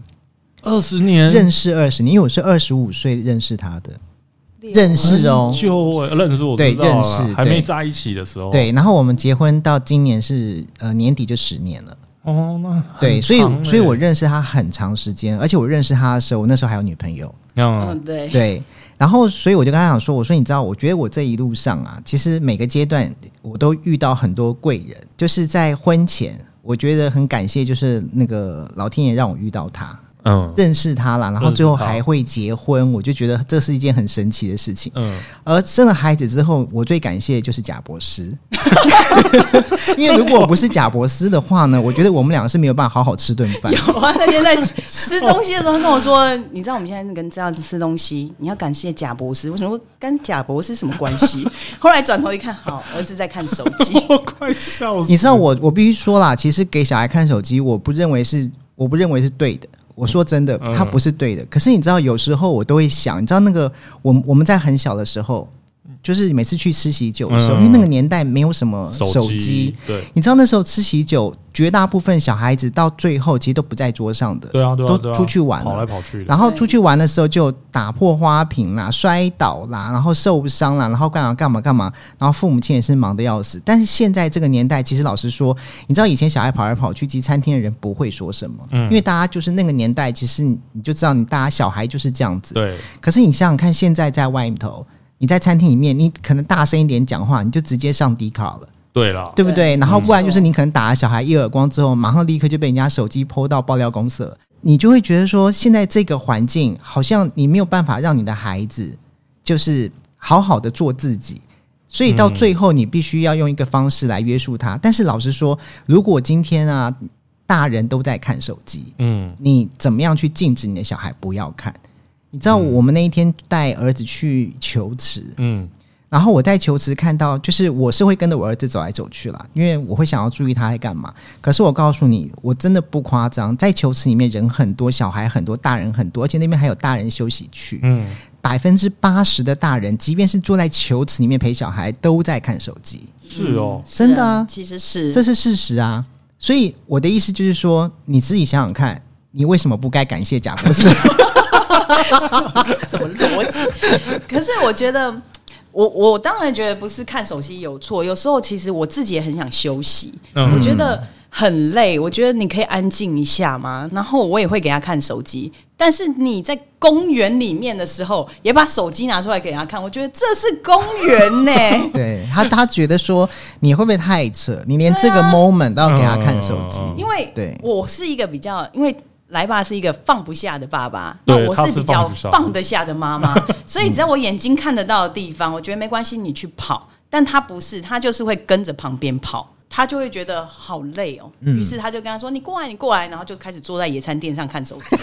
Speaker 2: 二十年
Speaker 1: 认识二十年，因为我是二十五岁认识她的，认识哦，
Speaker 2: 就会欸认识我
Speaker 1: 对
Speaker 2: 知道
Speaker 1: 认
Speaker 2: 啊
Speaker 1: 识
Speaker 2: 还没
Speaker 1: 对
Speaker 2: 在一起的时候，
Speaker 1: 对，然后我们结婚到今年是呃年底就十年了，
Speaker 2: 哦，那很
Speaker 1: 对，所以
Speaker 2: 长欸
Speaker 1: 所以我认识她很长时间，而且我认识她的时候，我那时候还有女朋友，
Speaker 2: 嗯
Speaker 3: 嗯，对，
Speaker 1: 对，然后所以我就跟他讲说，我说你知道，我觉得我这一路上啊，其实每个阶段我都遇到很多贵人，就是在婚前，我觉得很感谢，就是那个老天爷让我遇到他，
Speaker 2: 嗯
Speaker 1: 认识他啦，然后
Speaker 2: 认识
Speaker 1: 最后
Speaker 2: 他
Speaker 1: 还会结婚，我就觉得这是一件很神奇的事情。
Speaker 2: 嗯，
Speaker 1: 而生了呃孩子之后，我最感谢的就是贾博 士，因为如果不是贾博士的话呢，我觉得我们两个是没有办法好好吃顿饭。
Speaker 3: 有啊，那天在吃吃东西的时候，他跟我说：“
Speaker 2: 哦
Speaker 3: 你知道我们现在跟这样子吃东西，你要感谢贾博士。”我想说跟贾博士什么关 系？后来转头一看，好，儿子在看手机。
Speaker 2: 我快笑死。
Speaker 1: 你知道我我必须说啦，其实给小孩看手机，我不认为是我不认为是对的。我说真的
Speaker 2: 嗯，
Speaker 1: 它不是对的。可是你知道，有时候我都会想，你知道那个我们我们在很小的时候，就是每次去吃喜酒的时候，
Speaker 2: 嗯
Speaker 1: 因为那个年代没有什么手机
Speaker 2: 机，，对
Speaker 1: 你知道那时候吃喜酒，绝大部分小孩子到最后其实都不在桌上的，
Speaker 2: 对啊对啊，对
Speaker 1: 都
Speaker 2: 啊
Speaker 1: 出去玩
Speaker 2: 跑
Speaker 1: 了
Speaker 2: 来。跑去的，
Speaker 1: 然后出去玩的时候就打破花瓶啦、摔倒啦，然后受伤啦，然后干嘛干嘛干嘛，然后父母亲也是忙得要死。但是现在这个年代，其实老实说，你知道以前小孩跑来跑去，其实餐厅的人不会说什么，
Speaker 2: 嗯
Speaker 1: 因为大家就是那个年代，其实你你就知道，你大家小孩就是这样子。
Speaker 2: 对，
Speaker 1: 可是你想想看，现在在外头，你在餐厅里面，你可能大声一点讲话，你就直接上 D 卡了。
Speaker 2: 对啦，
Speaker 1: 对不对？
Speaker 3: 对
Speaker 1: 然后不然就是你可能打了小孩一耳光之后，马上立刻就被人家手机泼到爆料公社，你就会觉得说，现在这个环境好像你没有办法让你的孩子就是好好的做自己。所以到最后，你必须要用一个方式来约束他。但是老实说，如果今天啊，大人都在看手机，
Speaker 2: 嗯，
Speaker 1: 你怎么样去禁止你的小孩不要看？你知道我们那一天带儿子去球池，
Speaker 2: 嗯，
Speaker 1: 然后我在球池看到，就是我是会跟着我儿子走来走去啦，因为我会想要注意他在干嘛。可是我告诉你，我真的不夸张，在球池里面人很多，小孩很多，大人很多，而且那边还有大人休息区。
Speaker 2: 嗯，
Speaker 1: 百分之八十的大人，即便是坐在球池里面陪小孩，都在看手机，
Speaker 2: 是哦，
Speaker 1: 真的啊，
Speaker 3: 其实是
Speaker 1: 这是事实啊。所以我的意思就是说，你自己想想看，你为什么不该感谢贾博士？
Speaker 3: 什么逻辑？可是我觉得，我我当然觉得不是看手机有错，有时候其实我自己也很想休息，
Speaker 2: 嗯
Speaker 3: 我觉得很累，我觉得你可以安静一下嘛。然后我也会给他看手机，但是你在公园里面的时候，也把手机拿出来给他看，我觉得这是公园呢、
Speaker 1: 对他，他觉得说你会不会太扯？你连这个 moment 都要给他看手机，
Speaker 2: 嗯
Speaker 3: 因为
Speaker 1: 对
Speaker 3: 我是一个比较，因为来爸是一个放不下的爸爸，那
Speaker 2: 对
Speaker 3: 我
Speaker 2: 他
Speaker 3: 是
Speaker 2: 是
Speaker 3: 比较
Speaker 2: 放不下
Speaker 3: 放得下的 妈妈，所以只要我眼睛看得到的地方，我觉得没关系，你去跑。但他不是，他就是会跟着旁边跑。他就会觉得好累哦，于、是他就跟他说：“你过来，你过来。”然后就开始坐在野餐垫上看手 机。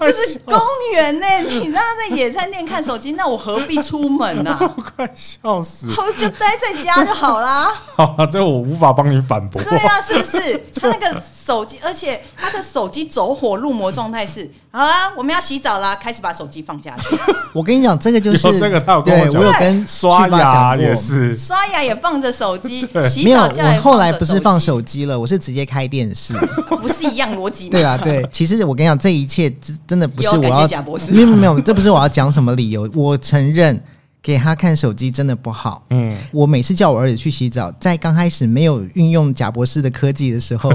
Speaker 3: 这是公园呢、你让他在野餐垫看手机，那我何必出门 呢、啊？
Speaker 2: 我快笑死 了！
Speaker 3: 我就待在家就好啦。
Speaker 2: 好了，这我无法帮你反 驳。
Speaker 3: 对啊，是不是？他那个手机，而且他的手机走火入魔状态是：好啦，我们要洗澡啦，开始把手机放下 去，
Speaker 1: 我跟你讲，这个就是
Speaker 2: 有这个他有跟
Speaker 1: 对
Speaker 2: 我讲
Speaker 1: 我有跟
Speaker 2: 刷
Speaker 1: 去爸
Speaker 2: 牙
Speaker 1: 讲过
Speaker 2: 也是，
Speaker 3: 刷牙也放着手机，洗
Speaker 1: 没有，
Speaker 3: 澡叫也
Speaker 1: 我后来
Speaker 3: 着
Speaker 1: 不是放
Speaker 3: 机
Speaker 1: 手机了，我是直接开电 视。
Speaker 3: 不是一样逻辑吗？
Speaker 1: 对啊，对，其实我跟你讲，这一切真真的不是
Speaker 3: 又要
Speaker 1: 我
Speaker 3: 感谢
Speaker 1: 要
Speaker 3: 贾博士
Speaker 1: 没有没有，这不是我要讲什么理由。我承认给他看手机真的不好。
Speaker 2: 嗯，
Speaker 1: 我每次叫我儿子去洗澡，在刚开始没有运用贾博士的科技的时 候，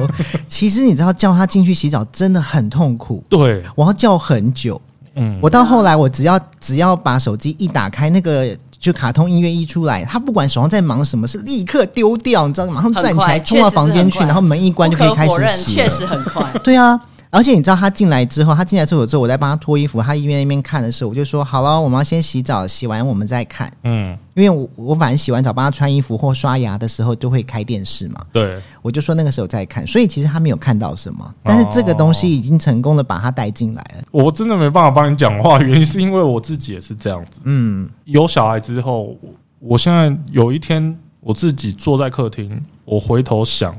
Speaker 1: 其实你知道叫他进去洗澡真的很痛苦，
Speaker 2: 对，
Speaker 1: 我要叫很久。
Speaker 2: 嗯，
Speaker 1: 我到后来，我只要只要把手机一打开，那个就卡通音乐一出来，他不管手上在忙什么，是立刻丢掉，你知道吗？马上站起来
Speaker 3: 很快
Speaker 1: 冲到房间
Speaker 3: 确实是
Speaker 1: 去，
Speaker 3: 很快
Speaker 1: 然后门一关就可以开始
Speaker 3: 不可否认，
Speaker 1: 洗了。
Speaker 3: 确实很快。
Speaker 1: 对啊，而且你知道他进来之后，他进来厕所之后，我在帮他脱衣服，他一边一边看的时候，我就说好了，我们要先洗澡，洗完我们再看。
Speaker 2: 嗯，
Speaker 1: 因为我我反正洗完澡帮他穿衣服或刷牙的时候就会开电视嘛，
Speaker 2: 对，
Speaker 1: 我就说那个时候再看，所以其实他没有看到什么，但是这个东西已经成功的把他带进来了。
Speaker 2: 我真的没办法帮你讲话，原因是因为我自己也是这样子。
Speaker 1: 嗯，
Speaker 2: 有小孩之后，我我现在有一天我自己坐在客厅，我回头想，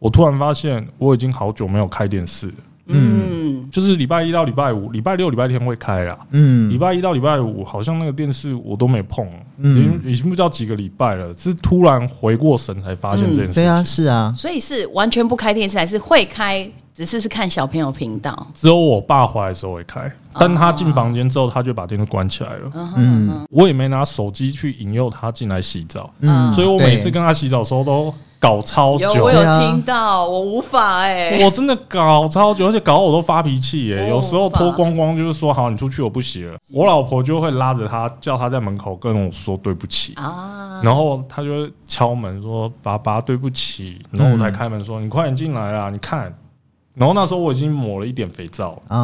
Speaker 2: 我突然发现我已经好久没有开电视了，
Speaker 3: 嗯，
Speaker 2: 就是礼拜一到礼拜五、礼拜六、礼拜天会开啦。礼
Speaker 1: 嗯，
Speaker 2: 拜一到礼拜五，好像那个电视我都没碰，
Speaker 1: 嗯
Speaker 2: 已经已经不知道几个礼拜了。是突然回过神才发现这件事情。
Speaker 1: 对啊，是啊，
Speaker 3: 所以是完全不开电视，还是会开，只是是看小朋友频道。
Speaker 2: 只有我爸回来的时候会开，
Speaker 3: 哦
Speaker 2: 但他进房间之后，他就把电视关起来了。
Speaker 1: 嗯
Speaker 2: 我也没拿手机去引诱他进来洗澡，
Speaker 1: 嗯，
Speaker 2: 所以我
Speaker 1: 对
Speaker 2: 每次跟他洗澡的时候都搞超
Speaker 3: 有
Speaker 2: 久，
Speaker 3: 我有
Speaker 1: 对啊
Speaker 3: 听到，我无法哎、
Speaker 2: 我真的搞超久，而且搞到我都发脾气耶、
Speaker 3: 哦
Speaker 2: 有时候脱光光就是说好，你出去我不洗了。我老婆就会拉着他，叫他在门口跟我说对不起，
Speaker 3: 啊，
Speaker 2: 然后他就会敲门说爸爸对不起，然后我才开门说你快点进来啊，你看。然后那时候我已经抹了一点肥皂，
Speaker 1: 啊，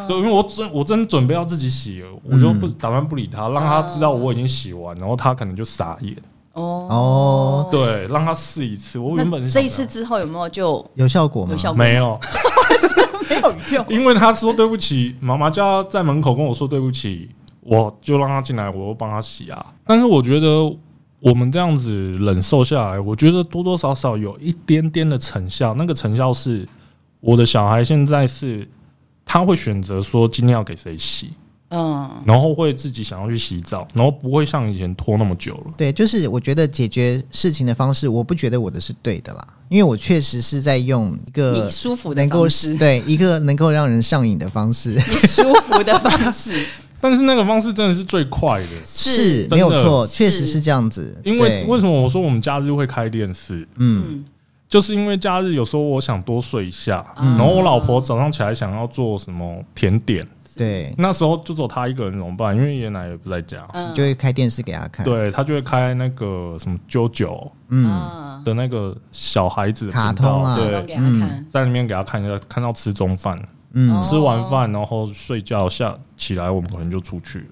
Speaker 3: 哦，
Speaker 2: 对，因为我真我真准备要自己洗了，我就不打算不理他，让他知道我已经洗完，然后他可能就傻眼，
Speaker 1: 哦
Speaker 3: 哦，
Speaker 2: 对，让他试一次。我原本
Speaker 3: 那
Speaker 2: 是
Speaker 3: 这
Speaker 2: 想
Speaker 3: 一次之后有没有就
Speaker 1: 有效果吗
Speaker 3: 有？效果？
Speaker 2: 没有，
Speaker 3: 没有用。
Speaker 2: 因为他说对不起，妈妈叫他在门口跟我说对不起，我就让他进来，我又帮他洗啊。但是我觉得我们这样子忍受下来，我觉得多多少少有一点点的成效。那个成效是我的小孩现在是他会选择说今天要给谁洗，
Speaker 3: 嗯，
Speaker 2: 然后会自己想要去洗澡，然后不会像以前拖那么久了。
Speaker 1: 对，就是我觉得解决事情的方式，我不觉得我的是对的啦，因为我确实是在用一
Speaker 3: 你
Speaker 1: 个
Speaker 3: 舒服的
Speaker 1: 呃能够
Speaker 3: 方式，
Speaker 1: 对一个能够让人上瘾的方式，
Speaker 3: 你舒服的方 式
Speaker 2: 但是那个方式真的是最快的，
Speaker 3: 是
Speaker 1: 没有
Speaker 2: 真的
Speaker 1: 错，
Speaker 3: 是
Speaker 1: 确实是这样子。
Speaker 2: 因为
Speaker 1: 对
Speaker 2: 为什么我说我们假日会开电视？
Speaker 1: 嗯
Speaker 2: 就是因为假日有时候我想多睡一下，
Speaker 1: 啊
Speaker 2: 然后我老婆早上起来想要做什么甜点，
Speaker 1: 对，
Speaker 2: 那时候就只有她一个人怎么办？因为爷爷奶奶也不在家，
Speaker 3: 嗯
Speaker 1: 就会开电视给他看。
Speaker 2: 对她就会开那个什么啾啾
Speaker 1: 嗯，
Speaker 3: 啊，
Speaker 2: 的那个小孩子的
Speaker 1: 卡
Speaker 2: 频道
Speaker 1: 通啊
Speaker 3: 都
Speaker 2: 对，
Speaker 3: 给他看
Speaker 1: 嗯，
Speaker 2: 在里面给他看一下，看到吃中饭，
Speaker 1: 嗯
Speaker 2: 吃完饭然后睡觉下起来，我们可能就出去了。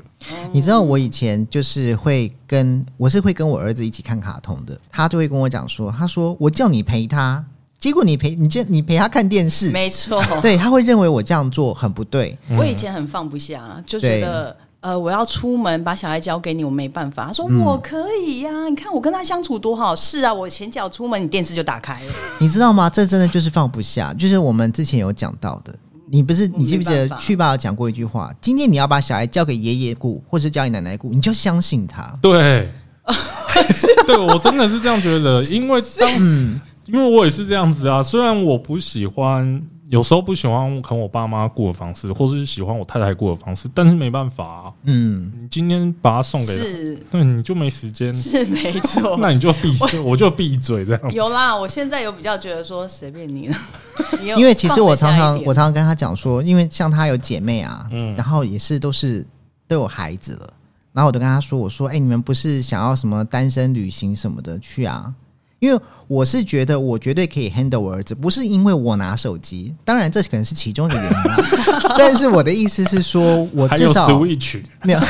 Speaker 1: 你知道我以前就是会跟我是会跟我儿子一起看卡通的，他就会跟我讲说，他说我叫你陪他，结果你陪你这你陪他看电视，
Speaker 3: 没错。
Speaker 1: 对他会认为我这样做很不对。
Speaker 3: 我以前很放不下，就觉得呃，我要出门把小孩交给你，我没办法。他
Speaker 1: 嗯
Speaker 3: 说、我可以呀、你看我跟他相处多好。是啊，我前脚出门，你电视就打开了。
Speaker 1: 你知道吗？这真的就是放不下，就是我们之前有讲到的。你不是
Speaker 3: 我
Speaker 1: 你记不记
Speaker 3: 没
Speaker 1: 得
Speaker 3: 办法
Speaker 1: 去爸有讲过一句话？今天你要把小孩交给爷爷顾，或是交给奶奶顾，你就相信他。
Speaker 2: 对，对我真的是这样觉得，因为当
Speaker 1: 嗯，
Speaker 2: 因为我也是这样子啊，虽然我不喜欢，有时候不喜欢可能我爸妈过的方式，或是喜欢我太太过的方式，但是没办法、啊，
Speaker 1: 嗯，
Speaker 2: 你今天把它送给他，
Speaker 3: 是
Speaker 2: 对，你就没时间，
Speaker 3: 是哦没 错。
Speaker 2: 那你就闭，我就闭嘴这样。
Speaker 3: 有啦，我现在有比较觉得说随便 你了，你有
Speaker 1: 因为其实我常常
Speaker 3: 放得下一点
Speaker 1: 我常常跟他讲说，因为像他有姐妹啊，
Speaker 2: 嗯
Speaker 1: 然后也是都是都有孩子了，然后我都跟他说，我说，哎、你们不是想要什么单身旅行什么的去啊？因为我是觉得我绝对可以 handle 我儿子，不是因为我拿手机，当然这可能是其中一个原因 啦。但是我的意思是说，我
Speaker 2: 还
Speaker 1: 至
Speaker 2: 有
Speaker 1: 少
Speaker 2: Switch，
Speaker 1: 没有，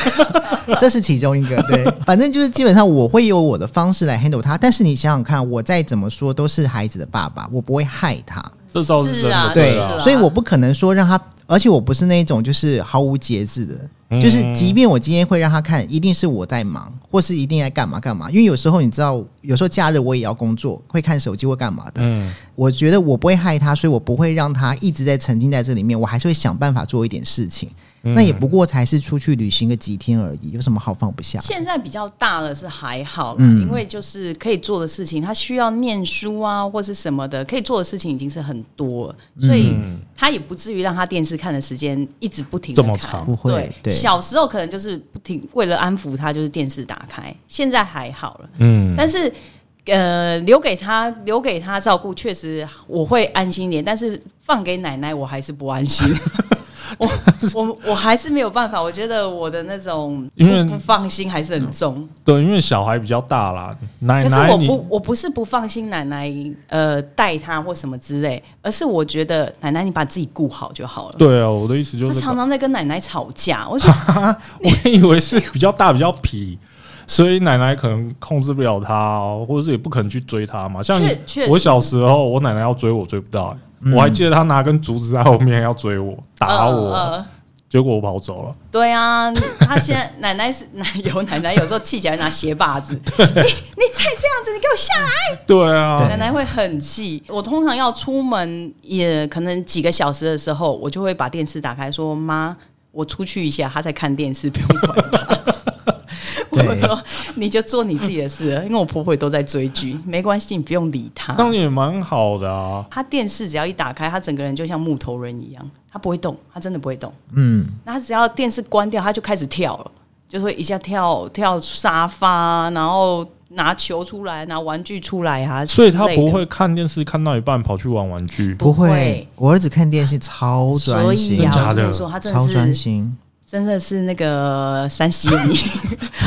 Speaker 1: 这是其中一个。对，反正就是基本上我会有我的方式来 handle 他。但是你想想看，我再怎么说都是孩子的爸爸，我不会害他。
Speaker 2: 这倒是
Speaker 3: 是
Speaker 2: 真
Speaker 3: 啊
Speaker 2: 的，
Speaker 1: 对，
Speaker 3: 是啊
Speaker 1: 所以我不可能说让他，而且我不是那种就是毫无节制的，就是即便我今天会让他看，一定是我在忙，或是一定在干嘛干嘛。因为有时候你知道，有时候假日我也要工作，会看手机或干嘛的。
Speaker 2: 嗯，
Speaker 1: 我觉得我不会害他，所以我不会让他一直在沉浸在这里面，我还是会想办法做一点事情。那也不过才是出去旅行个几天而已，有什么好放不下？
Speaker 3: 现在比较大了是还好啦，
Speaker 1: 嗯
Speaker 3: 因为就是可以做的事情，他需要念书啊或是什么的，可以做的事情已经是很多了，所以他也不至于让他电视看的时间一直不停
Speaker 2: 嗯
Speaker 3: 地
Speaker 2: 这么
Speaker 3: 看
Speaker 2: 长
Speaker 1: 不会对
Speaker 3: 小时候可能就是不停，为了安抚他，就是电视打开，现在还好了，
Speaker 2: 嗯，
Speaker 3: 但是。呃，留给他，留给他照顾，确实我会安心一点。但是放给奶奶，我还是不 安心。我我我还是没有办法，我觉得我的那种
Speaker 2: 因为
Speaker 3: 不不放心还是很重。
Speaker 2: 对，因为小孩比较大啦，奶
Speaker 3: 可是
Speaker 2: 奶
Speaker 3: 我
Speaker 2: 你
Speaker 3: 不，我不是不放心奶奶，呃，带她或什么之类，而是我觉得奶奶你把自己顾好就好了。
Speaker 2: 对啊，我的意思就
Speaker 3: 她
Speaker 2: 是，
Speaker 3: 常常在跟奶奶吵架，我觉得
Speaker 2: 我以为是比较大比较皮，所以奶奶可能控制不了他、哦，或者是也不可能去追他嘛。像
Speaker 3: 确确实
Speaker 2: 我小时候，我奶奶要追我追不到、欸
Speaker 1: 嗯
Speaker 2: 我还记得她拿根竹子在后面要追我打啊我，
Speaker 3: 呃呃
Speaker 2: 结果我跑走了。
Speaker 3: 对啊，她现在 奶奶是奶有奶奶有时候气起来拿鞋 把子，你你再这样子，你给我下来，
Speaker 2: 对啊，
Speaker 1: 对
Speaker 3: 奶奶会很气。我通常要出门，也可能几个小时的时候，我就会把电视打开，说妈。我出去一下，她在看电视，不用管她。
Speaker 1: 对
Speaker 3: 我说你就做你自己的事了，因为我婆婆也都在追剧，没关系，你不用理
Speaker 2: 这样
Speaker 3: 她。
Speaker 2: 也蛮好的啊。
Speaker 3: 她电视只要一打开，她整个人就像木头人一样，她不会动，她真的不会动。
Speaker 1: 嗯，
Speaker 3: 那她只要电视关掉，她就开始跳了，就会一下跳跳沙发，然后拿球出来，拿玩具出来啊，
Speaker 2: 所以她
Speaker 3: 之类的
Speaker 2: 不会看电视看到一半跑去玩玩具。
Speaker 3: 不
Speaker 1: 不
Speaker 3: 会
Speaker 1: 会。我儿子看电视超
Speaker 3: 所
Speaker 1: 专
Speaker 3: 以
Speaker 1: 心
Speaker 2: 真
Speaker 3: 啊，，
Speaker 2: 假
Speaker 3: 我
Speaker 2: 的
Speaker 3: 跟你说，她真
Speaker 1: 超
Speaker 3: 的
Speaker 1: 专
Speaker 3: 是
Speaker 1: 心。
Speaker 3: 真的是那个三十一。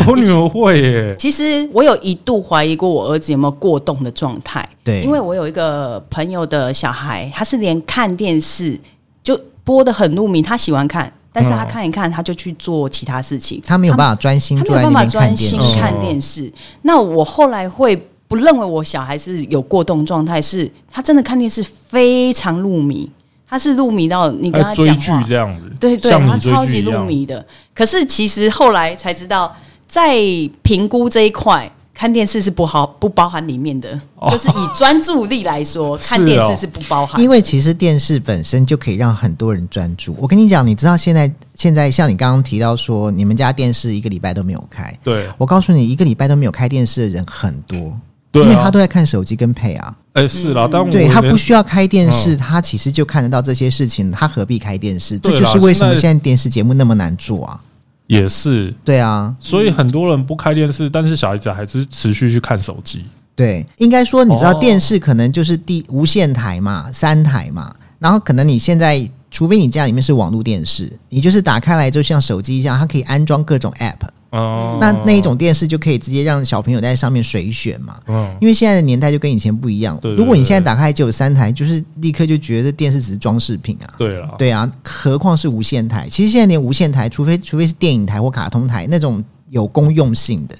Speaker 2: 我女儿会耶、
Speaker 3: 其实我有一度怀疑过我儿子有没有过动的状态，
Speaker 1: 对
Speaker 3: 因为我有一个朋友的小孩，他是连看电视就播的很入迷，他喜欢看，但是他看一看他就去做其他事情，
Speaker 1: 哦他没有办法专心
Speaker 3: 他
Speaker 1: 坐
Speaker 3: 没有
Speaker 1: 在那
Speaker 3: 办法
Speaker 1: 边看
Speaker 3: 专
Speaker 1: 电
Speaker 3: 心
Speaker 1: 视，哦
Speaker 3: 看电视。那我后来会不认为我小孩是有过动状态，是他真的看电视非常入迷，他是入迷到你跟
Speaker 2: 在
Speaker 3: 他
Speaker 2: 追
Speaker 3: 讲
Speaker 2: 剧
Speaker 3: 话，
Speaker 2: 这样子，
Speaker 3: 对对，
Speaker 2: 像
Speaker 3: 他
Speaker 2: 你追
Speaker 3: 超级
Speaker 2: 剧一
Speaker 3: 入
Speaker 2: 样。
Speaker 3: 迷的。可是其实后来才知道，在评估这一块，看电视是不好不包含里面的，
Speaker 2: 哦
Speaker 3: 就是以专注力来 说，
Speaker 2: 是
Speaker 3: 看电
Speaker 2: 哦
Speaker 3: 视是不包含。
Speaker 1: 因为其实电视本身就可以让很多人专注。我跟你讲，你知道现在现在像你刚刚提到说，你们家电视一个礼拜都没有开，
Speaker 2: 对
Speaker 1: 我告诉你，一个礼拜都没有开电视的人很多，因
Speaker 2: 对
Speaker 1: 为他
Speaker 2: 啊
Speaker 1: 都，在看手机跟配啊。
Speaker 2: 哎、是
Speaker 3: 嗯
Speaker 2: 啦，但我
Speaker 1: 对他
Speaker 2: 连嗯
Speaker 1: 不需要开电视，他其实就看得到这些事情，他何必开电视？这
Speaker 2: 对啦
Speaker 1: 就是为什么
Speaker 2: 现在
Speaker 1: 现在电视节目那么难做啊。
Speaker 2: 也是，
Speaker 1: 对啊，
Speaker 2: 所以很多人不开电视，但是小孩子还是持续去看手机。
Speaker 1: 对，应该说你知道
Speaker 2: 哦
Speaker 1: 电视可能就是第无线台嘛，三台嘛，然后可能你现在。除非你家里面是网络电视，你就是打开来就像手机一样，它可以安装各种 app，
Speaker 2: 嗯，
Speaker 1: 那那一种电视就可以直接让小朋友在上面随选嘛。
Speaker 2: 嗯，
Speaker 1: 因为现在的年代就跟以前不一样了
Speaker 2: 对对对
Speaker 1: 如果你现在打开就有三台，就是立刻就觉得电视只是装饰品啊。
Speaker 2: 对了，
Speaker 1: 对啊，何况是无线台？其实现在连无线台，除非除非是电影台或卡通台那种有公用性的，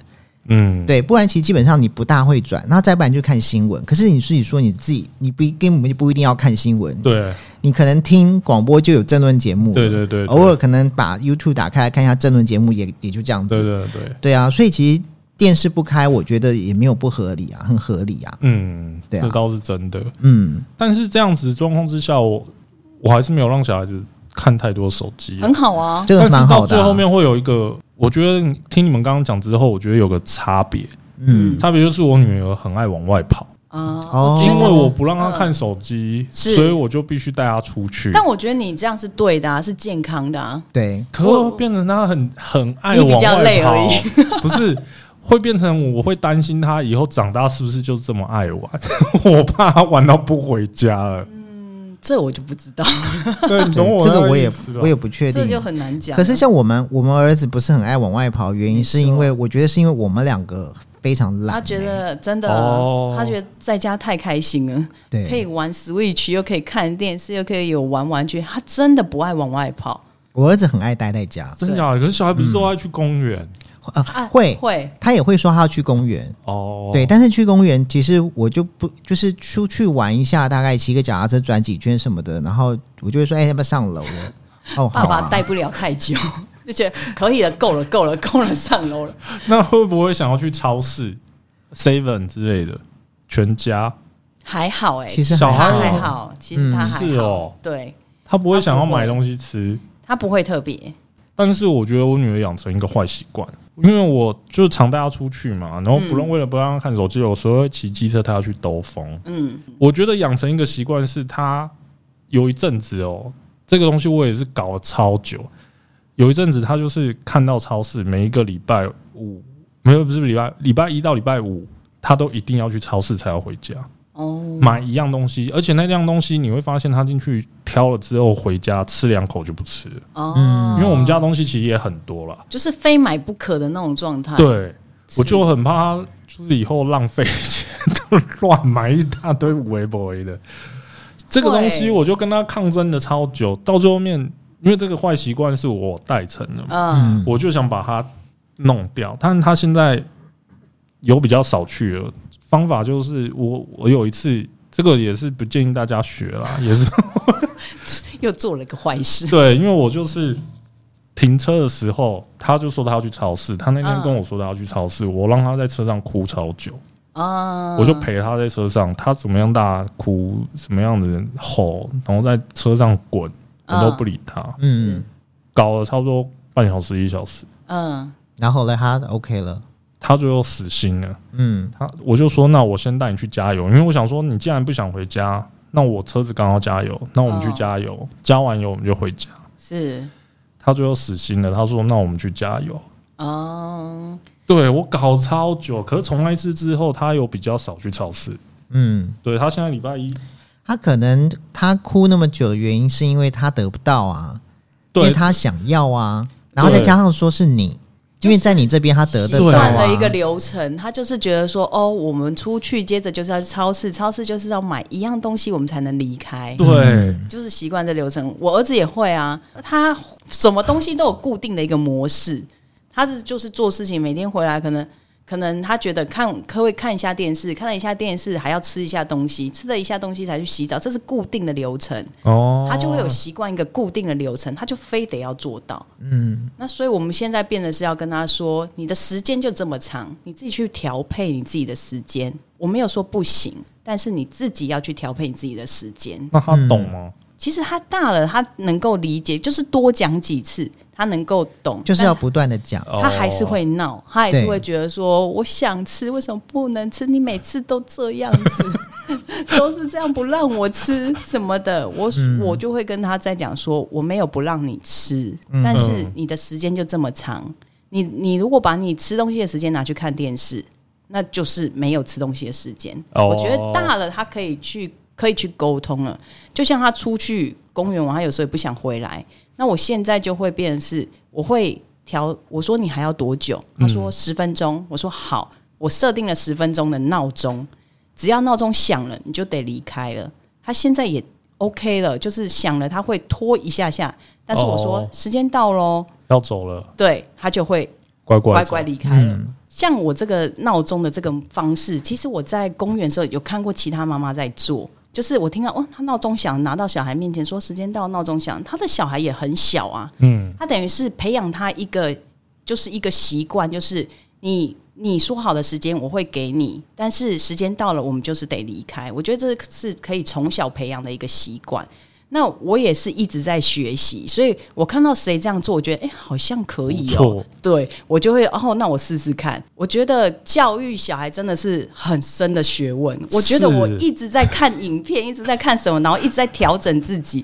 Speaker 2: 嗯，
Speaker 1: 对，不然其实基本上你不大会转。那再不然就看新闻。可是你自己说你自己，你不根本就不一定要看新闻，
Speaker 2: 对
Speaker 1: 你可能听广播就有政论节目了，
Speaker 2: 对对对，
Speaker 1: 偶尔可能把 YouTube 打开来看一下政论节目也，也就这样子。
Speaker 2: 对对对，
Speaker 1: 对啊，所以其实电视不开，我觉得也没有不合理啊，很合理啊。
Speaker 2: 嗯，
Speaker 1: 对啊
Speaker 2: 这倒是真的。
Speaker 1: 嗯，
Speaker 2: 但是这样子状况之下，我我还是没有让小孩子看太多手机。
Speaker 3: 很好啊，
Speaker 1: 这个
Speaker 2: 但
Speaker 1: 蛮
Speaker 2: 是到
Speaker 1: 好的、
Speaker 2: 最
Speaker 1: 啊。
Speaker 2: 后面会有一个，我觉得听你们刚刚讲之后，我觉得有个差别，
Speaker 1: 嗯，
Speaker 2: 差别就是我女儿很爱往外跑，
Speaker 3: 啊。
Speaker 1: 哦，
Speaker 2: 因为我不让她看手机，
Speaker 3: 是
Speaker 2: 所以我就必须带她出去。
Speaker 3: 但我觉得你这样是对的，啊，是健康的。啊。
Speaker 1: 对，
Speaker 2: 可
Speaker 3: 我
Speaker 2: 会变成他很很爱
Speaker 3: 你
Speaker 2: 往
Speaker 3: 比较
Speaker 2: 外
Speaker 3: 累
Speaker 2: 跑
Speaker 3: 而，
Speaker 2: 不是会变成我会担心他以后长大是不是就这么爱玩？ 我怕他玩到不回家了。
Speaker 3: 这我就不知道，
Speaker 2: 对，你
Speaker 1: 对
Speaker 2: 懂我
Speaker 1: 这个
Speaker 2: 那
Speaker 1: 我也
Speaker 2: 意思吧
Speaker 1: 我也不确
Speaker 3: 这就
Speaker 1: 定。
Speaker 3: 很难讲啊。
Speaker 1: 可是像我们，我们儿子不是很爱往外跑，原因是因为我觉得是因为我们两个非常欸烂、
Speaker 3: 他觉得真的，
Speaker 2: 哦
Speaker 3: 他觉得在家太开心了，
Speaker 1: 对
Speaker 3: 可以玩 Switch，又可以看电视，又可以有玩玩具。他真的不爱往外跑
Speaker 1: 我儿子很爱待在家，
Speaker 2: 真假的？可是小孩不是都爱去公园
Speaker 1: 呃，
Speaker 3: 啊，
Speaker 1: 会，
Speaker 3: 会，
Speaker 1: 他也会说他要去公园，
Speaker 2: 哦？
Speaker 1: 对，，但是去公园其实我就不就是出去玩一下，大概骑个脚踏车转几圈什么的，然后我就会说，哎、要不要上楼 了？哦，
Speaker 3: 爸
Speaker 1: 好
Speaker 3: 爸
Speaker 1: 啊。
Speaker 3: 待不了太久， 就觉得可以了，够了，够了，够了，上楼了。
Speaker 2: 那会不会想要去超市、Seven 之类的？全家
Speaker 3: 还好哎、
Speaker 1: 其实嗯
Speaker 2: 小
Speaker 3: 他
Speaker 2: 孩
Speaker 3: 还好，其实他还好，
Speaker 2: 是哦
Speaker 3: 对
Speaker 2: 他不会想要买东西吃，
Speaker 3: 他不会特别。
Speaker 2: 但是我觉得我女儿养成一个坏习惯，因为我就常带她出去嘛，然后不论为了不让她看手机，有时候会骑机车带她去兜风。
Speaker 3: 嗯，
Speaker 2: 我觉得养成一个习惯是她有一阵子哦，这个东西我也是搞了超久。有一阵子她就是看到超市每一个礼拜五，没有不是礼拜礼拜一到礼拜五，她都一定要去超市才要回家。
Speaker 3: 哦，
Speaker 2: 买一样东西，而且那样东西你会发现，他进去挑了之后回家吃两口就不吃了，
Speaker 3: 哦，
Speaker 1: 嗯
Speaker 2: 因为我们家东西其实也很多啦。
Speaker 3: 就是非买不可的那种状态。，
Speaker 2: 对，我就很怕他就是以后浪费钱， 都乱买一大堆无为不为的。这个东西
Speaker 3: 对
Speaker 2: 我就跟他抗争了超久，到最后面，因为这个坏习惯是我带成的嘛，
Speaker 3: 嗯，
Speaker 1: 嗯，
Speaker 2: 我就想把它弄掉，但是他现在有比较少去了。方法就是我我有一次，这个也是不建议大家学啦，也是
Speaker 3: 又做了个坏事。
Speaker 2: 对，因为我就是停车的时候，他就说他要去超市，他那天
Speaker 3: 嗯
Speaker 2: 跟我说他要去超市，我让他在车上哭超久，
Speaker 3: 啊，
Speaker 2: 我就陪他在车上，他怎么样大哭，什么样的吼，然后在车上滚，我都不理他，
Speaker 1: 嗯，
Speaker 2: 搞了差不多半小时一小时，
Speaker 3: 嗯，
Speaker 1: 然后呢，他 OK 了，
Speaker 2: 他最后死心了。
Speaker 1: 嗯，
Speaker 2: 他我就说，那我先带你去加油，因为我想说，你既然不想回家，那我车子刚好加油，那我们去
Speaker 3: 哦
Speaker 2: 加油，加完油我们就回家。
Speaker 3: 是
Speaker 2: 他最后死心了，他说：“那我们去加油。”
Speaker 3: 哦，
Speaker 2: 对我搞超久，可是从那一次之后，他有比较少去超市。
Speaker 1: 嗯，
Speaker 2: 对他现在礼拜一，
Speaker 1: 他可能他哭那么久的原因是因为他得不到啊，因为
Speaker 2: 对
Speaker 1: 他想要啊，然后再
Speaker 2: 对
Speaker 1: 加上说是你，因为在你这边他得得
Speaker 2: 习
Speaker 1: 到
Speaker 2: 惯
Speaker 3: 断
Speaker 1: 啊
Speaker 3: 了一，个流程，他就是觉得说，哦，我们出去接着就是要去超市，超市就是要买一样东西，我们才能离开。
Speaker 1: 嗯
Speaker 2: 对
Speaker 3: 就是习惯这流程，我儿子也会啊，他什么东西都有固定的一个模式，他是就是做事情，每天回来可能可能他觉得看可会看一下电视，看了一下电视还要吃一下东西，吃了一下东西才去洗澡，这是固定的流程，
Speaker 2: 哦，
Speaker 3: 他就会有习惯一个固定的流程，他就非得要做到。
Speaker 1: 嗯，
Speaker 3: 那所以我们现在变的是要跟他说，你的时间就这么长，你自己去调配你自己的时间。我没有说不行，但是你自己要去调配你自己的时间。
Speaker 2: 那他懂吗？
Speaker 3: 其实他大了，他能够理解，就是多讲几次，他能够懂，
Speaker 1: 就是要哦不断的讲，
Speaker 3: 但他。他还是会闹，他还是
Speaker 1: 对
Speaker 3: 会觉得说，我想吃，为什么不能吃？你每次都这样子， 都是这样不让我吃什么的。我、
Speaker 1: 嗯
Speaker 3: 我就会跟他在讲说，我没有不让你吃，
Speaker 1: 嗯
Speaker 3: 但是你的时间就这么长，你你如果把你吃东西的时间拿去看电视，那就是没有吃东西的时间。
Speaker 2: 哦
Speaker 3: 我觉得大了，他可以去可以去沟通了。就像他出去公园玩，他有时候也不想回来。那我现在就会变成是，我会调我说你还要多久？他
Speaker 2: 嗯
Speaker 3: 说十分钟。我说好，我设定了十分钟的闹钟，只要闹钟响了，你就得离开了。他现在也 OK 了，就是响了他会拖一下下，但是我说、
Speaker 2: 哦
Speaker 3: 时间到喽，
Speaker 2: 要走了，
Speaker 3: 对他就会
Speaker 2: 乖乖
Speaker 3: 乖
Speaker 2: 走
Speaker 3: 嗯乖离开了。
Speaker 1: 嗯，
Speaker 3: 像我这个闹钟的这个方式，其实我在公园的时候有看过其他妈妈在做，就是我听到哦，她闹钟响，拿到小孩面前说时间到，闹钟响，她的小孩也很小啊，
Speaker 2: 嗯，
Speaker 3: 她等于是培养他一个就是一个习惯，就是你你说好的时间我会给你，但是时间到了我们就是得离开。我觉得这是可以从小培养的一个习惯。那我也是一直在学习，所以我看到谁这样做，我觉得哎、好像可以
Speaker 2: 不
Speaker 3: 哦、
Speaker 2: 错
Speaker 3: 对我就会哦，那我试试看。我觉得教育小孩真的是很深的学问。我觉得
Speaker 2: 是
Speaker 3: 我一直在看影片，一直在看什么，然后一直在调整自己。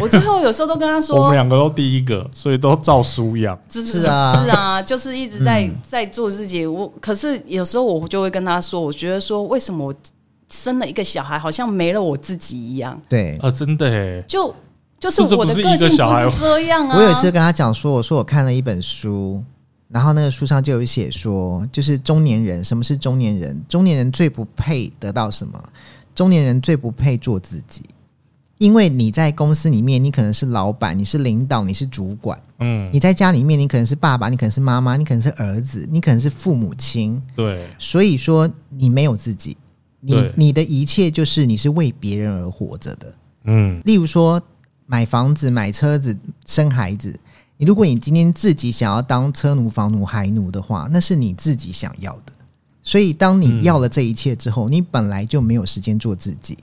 Speaker 3: 我最后有时候都跟他说，
Speaker 2: 我们两个都第一个，所以都照书养。
Speaker 3: 就是
Speaker 1: 啊
Speaker 3: 是啊，就是一直在、
Speaker 1: 嗯
Speaker 3: 在做自己。我可是有时候我就会跟他说，我觉得说为什么我生了一个小孩，好像没了我自己一样，
Speaker 1: 对，
Speaker 2: 啊，真的哎，
Speaker 3: 就就是
Speaker 2: 这
Speaker 3: 我
Speaker 2: 不
Speaker 3: 的
Speaker 2: 是一
Speaker 3: 个
Speaker 2: 个
Speaker 3: 性
Speaker 2: 小孩哦
Speaker 3: 不是这样啊。
Speaker 1: 我有一次跟他讲说，我说我看了一本书，然后那个书上就有写说，就是中年人，什么是中年人？中年人最不配得到什么？中年人最不配做自己，因为你在公司里面，你可能是老板，你是领导，你是主管；
Speaker 2: 嗯，
Speaker 1: 你在家里面，你可能是爸爸，你可能是妈妈，你可能是儿子，你可能是父母亲。
Speaker 2: 对，
Speaker 1: 所以说，你没有自己，你
Speaker 2: 对
Speaker 1: 你的一切就是你是为别人而活着的。
Speaker 2: 嗯，
Speaker 1: 例如说买房子、买车子、生孩子，你如果你今天自己想要当车奴、房奴、孩奴的话，那是你自己想要的。所以，当你要了这一切之后，你本来就没有时间做自己。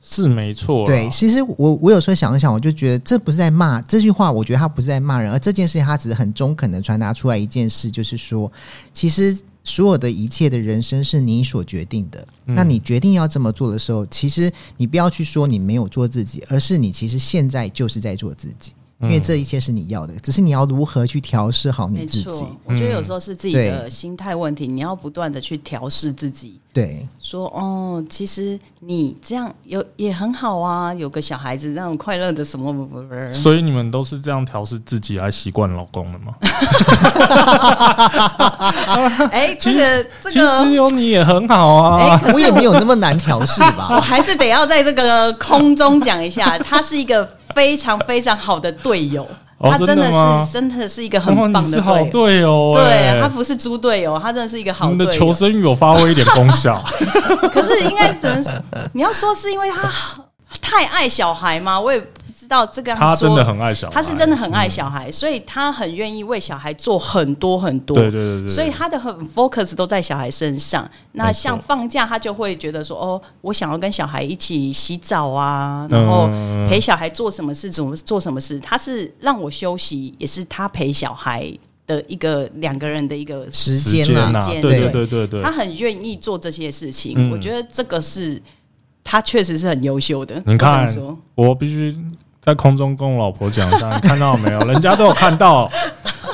Speaker 2: 是没错啦，
Speaker 1: 对，其实我我有时候想一想，我就觉得这不是在骂这句话，我觉得他不是在骂人，而这件事情他只是很中肯的传达出来一件事，就是说，其实所有的一切的人生是你所决定的。
Speaker 2: 嗯
Speaker 1: 那你决定要这么做的时候，其实你不要去说你没有做自己，而是你其实现在就是在做自己，因
Speaker 2: 嗯
Speaker 1: 为这一切是你要的，只是你要如何去调试好你
Speaker 3: 没
Speaker 1: 自己
Speaker 3: 错。，我觉得有时候是自己
Speaker 1: 对
Speaker 2: 嗯
Speaker 3: 的心态问题，你要不断的去调试自己，
Speaker 1: 对，
Speaker 3: 说哦，其实你这样有也很好啊，有个小孩子那种快乐 的什么不不不，
Speaker 2: 所以你们都是这样调试自己来习惯老公的吗？
Speaker 3: 哎，这个这
Speaker 2: 其实
Speaker 3: 个，
Speaker 2: 有你也很好
Speaker 3: 哎
Speaker 2: 啊，，
Speaker 3: 可
Speaker 1: 我
Speaker 3: 是
Speaker 1: 也没有那么难调试
Speaker 3: 我
Speaker 1: 吧。
Speaker 3: 还是得要在这个空中讲一下，他是一个非常非常好的队友，
Speaker 2: 哦
Speaker 3: 他真
Speaker 2: 真的吗
Speaker 3: 是真的是一个 很
Speaker 2: 然后
Speaker 3: 棒
Speaker 2: 你
Speaker 3: 的
Speaker 2: 是好
Speaker 3: 队友。
Speaker 2: 队友哎，
Speaker 3: 对他哦不是猪队友，他真的是一个好
Speaker 2: 你们的
Speaker 3: 队
Speaker 2: 求
Speaker 3: 友。
Speaker 2: 生欲有发挥一点功效，
Speaker 3: 可是应该只能说你要说是因为他太爱小孩吗？我也不知道 这个
Speaker 2: 他
Speaker 3: 说
Speaker 2: 真的很爱小孩，
Speaker 3: 他是真的很爱小孩，所以他很愿意为小孩做很多很多。
Speaker 2: 对对对对，
Speaker 3: 所以他的很 focus 都在小孩身上。那
Speaker 2: 没错
Speaker 3: 像放假，他就会觉得说：“哦，我想要跟小孩一起洗澡啊，然后
Speaker 2: 嗯
Speaker 3: 陪小孩做什么事，怎么做什么事。”他是让我休息，也是他陪小孩的一个两个人的一个
Speaker 1: 时
Speaker 2: 时
Speaker 1: 间啊，
Speaker 2: 呐，
Speaker 3: 时
Speaker 2: 对对
Speaker 3: 间
Speaker 1: 对
Speaker 2: 对对对
Speaker 3: 他，很愿意做这些事情。
Speaker 2: 嗯
Speaker 3: 我觉得这个是他确实是很优秀的。
Speaker 2: 你
Speaker 3: 我
Speaker 2: 看
Speaker 3: 跟说，
Speaker 2: 我必须在空中跟我老婆讲一下，你看到没 有？人家都有看到，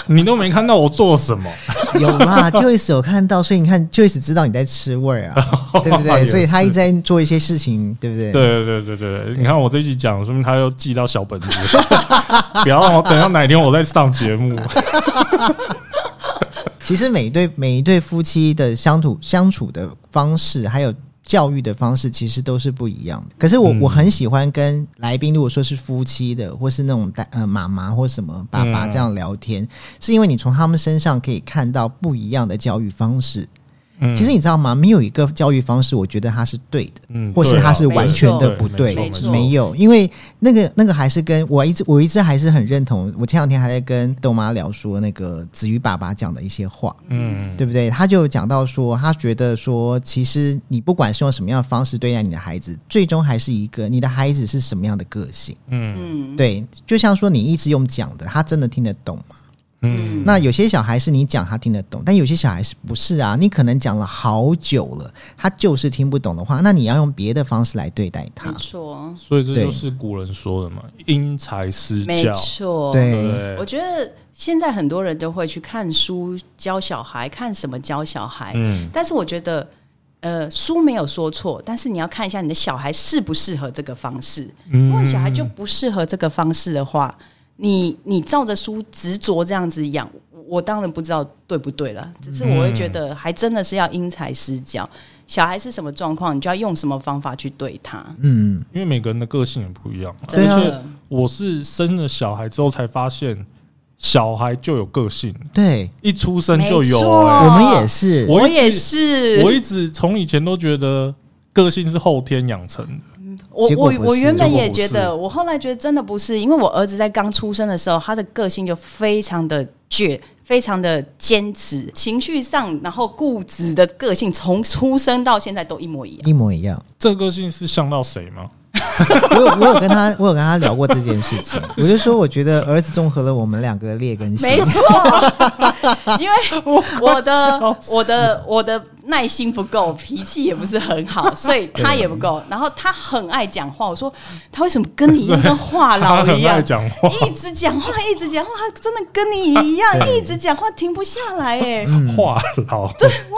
Speaker 2: 你都没看到我做什么，
Speaker 1: 有啦，Joyce 有看到，所以你看 Joyce 知道你在吃味儿啊， 对不
Speaker 2: 也
Speaker 1: 对？
Speaker 2: 是
Speaker 1: 所以他一直在做一些事情，对不对？
Speaker 2: 对对对对对，你看我这一集讲，说明他又记到小本子， 不要让我等到哪一天我再上节 目。
Speaker 1: 其实每一对每一对夫妻的相处相处的方式，还有教育的方式，其实都是不一样的。可是我、
Speaker 2: 嗯
Speaker 1: 我很喜欢跟来宾，如果说是夫妻的，或是那种带呃妈妈或什么爸爸
Speaker 2: 嗯
Speaker 1: 这样聊天，是因为你从他们身上可以看到不一样的教育方式。
Speaker 2: 嗯
Speaker 1: 其实你知道吗？没有一个教育方式，我觉得它是对的。
Speaker 2: 嗯
Speaker 1: 或是
Speaker 2: 对啊
Speaker 1: 它是完全的
Speaker 2: 对啊
Speaker 1: 不对，
Speaker 3: 没错
Speaker 1: 没有，因为那个那个还是跟我一直我一直还是很认同。我前两天还在跟豆妈聊说那个子瑜爸爸讲的一些话，
Speaker 2: 嗯，
Speaker 1: 对不对？他就有讲到说，他觉得说，其实你不管是用什么样的方式对待你的孩子，最终还是一个你的孩子是什么样的个性。
Speaker 2: 嗯
Speaker 3: 嗯，
Speaker 1: 对，就像说你一直用讲的，他真的听得懂吗？
Speaker 2: 嗯
Speaker 1: 那有些小孩是你讲他听得懂，但有些小孩是不是啊？你可能讲了好久了，他就是听不懂的话，那你要用别的方式来对待
Speaker 3: 没
Speaker 1: 他。
Speaker 3: 错，
Speaker 2: 所以这
Speaker 1: 对
Speaker 2: 就是古人说的嘛，因材施
Speaker 3: 没
Speaker 2: 教，
Speaker 3: 错，
Speaker 2: 对不
Speaker 1: 对，
Speaker 3: 我
Speaker 2: 对？
Speaker 3: 觉得现在很多人都会去看书教小孩，看什么教小孩，
Speaker 2: 嗯，
Speaker 3: 但是我觉得。呃，书没有说错，但是你要看一下你的小孩适不适合这个方式。如
Speaker 2: 嗯
Speaker 3: 果你小孩就不适合这个方式的话，你你照着书执着这样子养，我当然不知道对不对了。只是我会觉得，还真的是要因材施教。小孩是什么状况，你就要用什么方法去对他。
Speaker 1: 嗯，
Speaker 2: 因为每个人的个性也不一样嘛。
Speaker 3: 真
Speaker 1: 对啊
Speaker 3: 的，
Speaker 2: 我是生了小孩之后才发现，小孩就有个性，
Speaker 1: 对，
Speaker 2: 一出生就
Speaker 3: 没
Speaker 2: 有、
Speaker 3: 错
Speaker 2: 欸。
Speaker 1: 我们也是。
Speaker 2: 我
Speaker 3: 我
Speaker 2: 一直
Speaker 3: 也是，
Speaker 2: 我一直从以前都觉得个性是后天养成的，
Speaker 3: 我
Speaker 1: 结果
Speaker 3: 我
Speaker 1: 不
Speaker 3: 我
Speaker 1: 是
Speaker 3: 原本也
Speaker 2: 结果
Speaker 3: 觉
Speaker 2: 不是
Speaker 3: 得，我后来觉得真的不是，因为我儿子在刚出生的时候，他的个性就非常的倔，非常的坚持，情绪上然后固执的个性，从出生到现在都一模一样。
Speaker 1: 一模一样，
Speaker 2: 这个个性是像到谁吗？
Speaker 1: 我有我有跟他我有跟他聊过这件事情，我就说我觉得儿子综合了我们两个的劣根性，
Speaker 3: 没错， 因 为我的我的我的耐心不够，脾气也不是很好，所以他也不够。然后他很爱讲话，我说他为什么跟你一样跟话
Speaker 2: 他
Speaker 3: 痨
Speaker 2: 很
Speaker 3: 一
Speaker 2: 爱
Speaker 3: 样？
Speaker 2: 讲 话，
Speaker 3: 一直讲话，一直讲话，他真的跟你 一样，一直讲话停不下来哎。
Speaker 2: 话痨。
Speaker 3: 我
Speaker 1: 话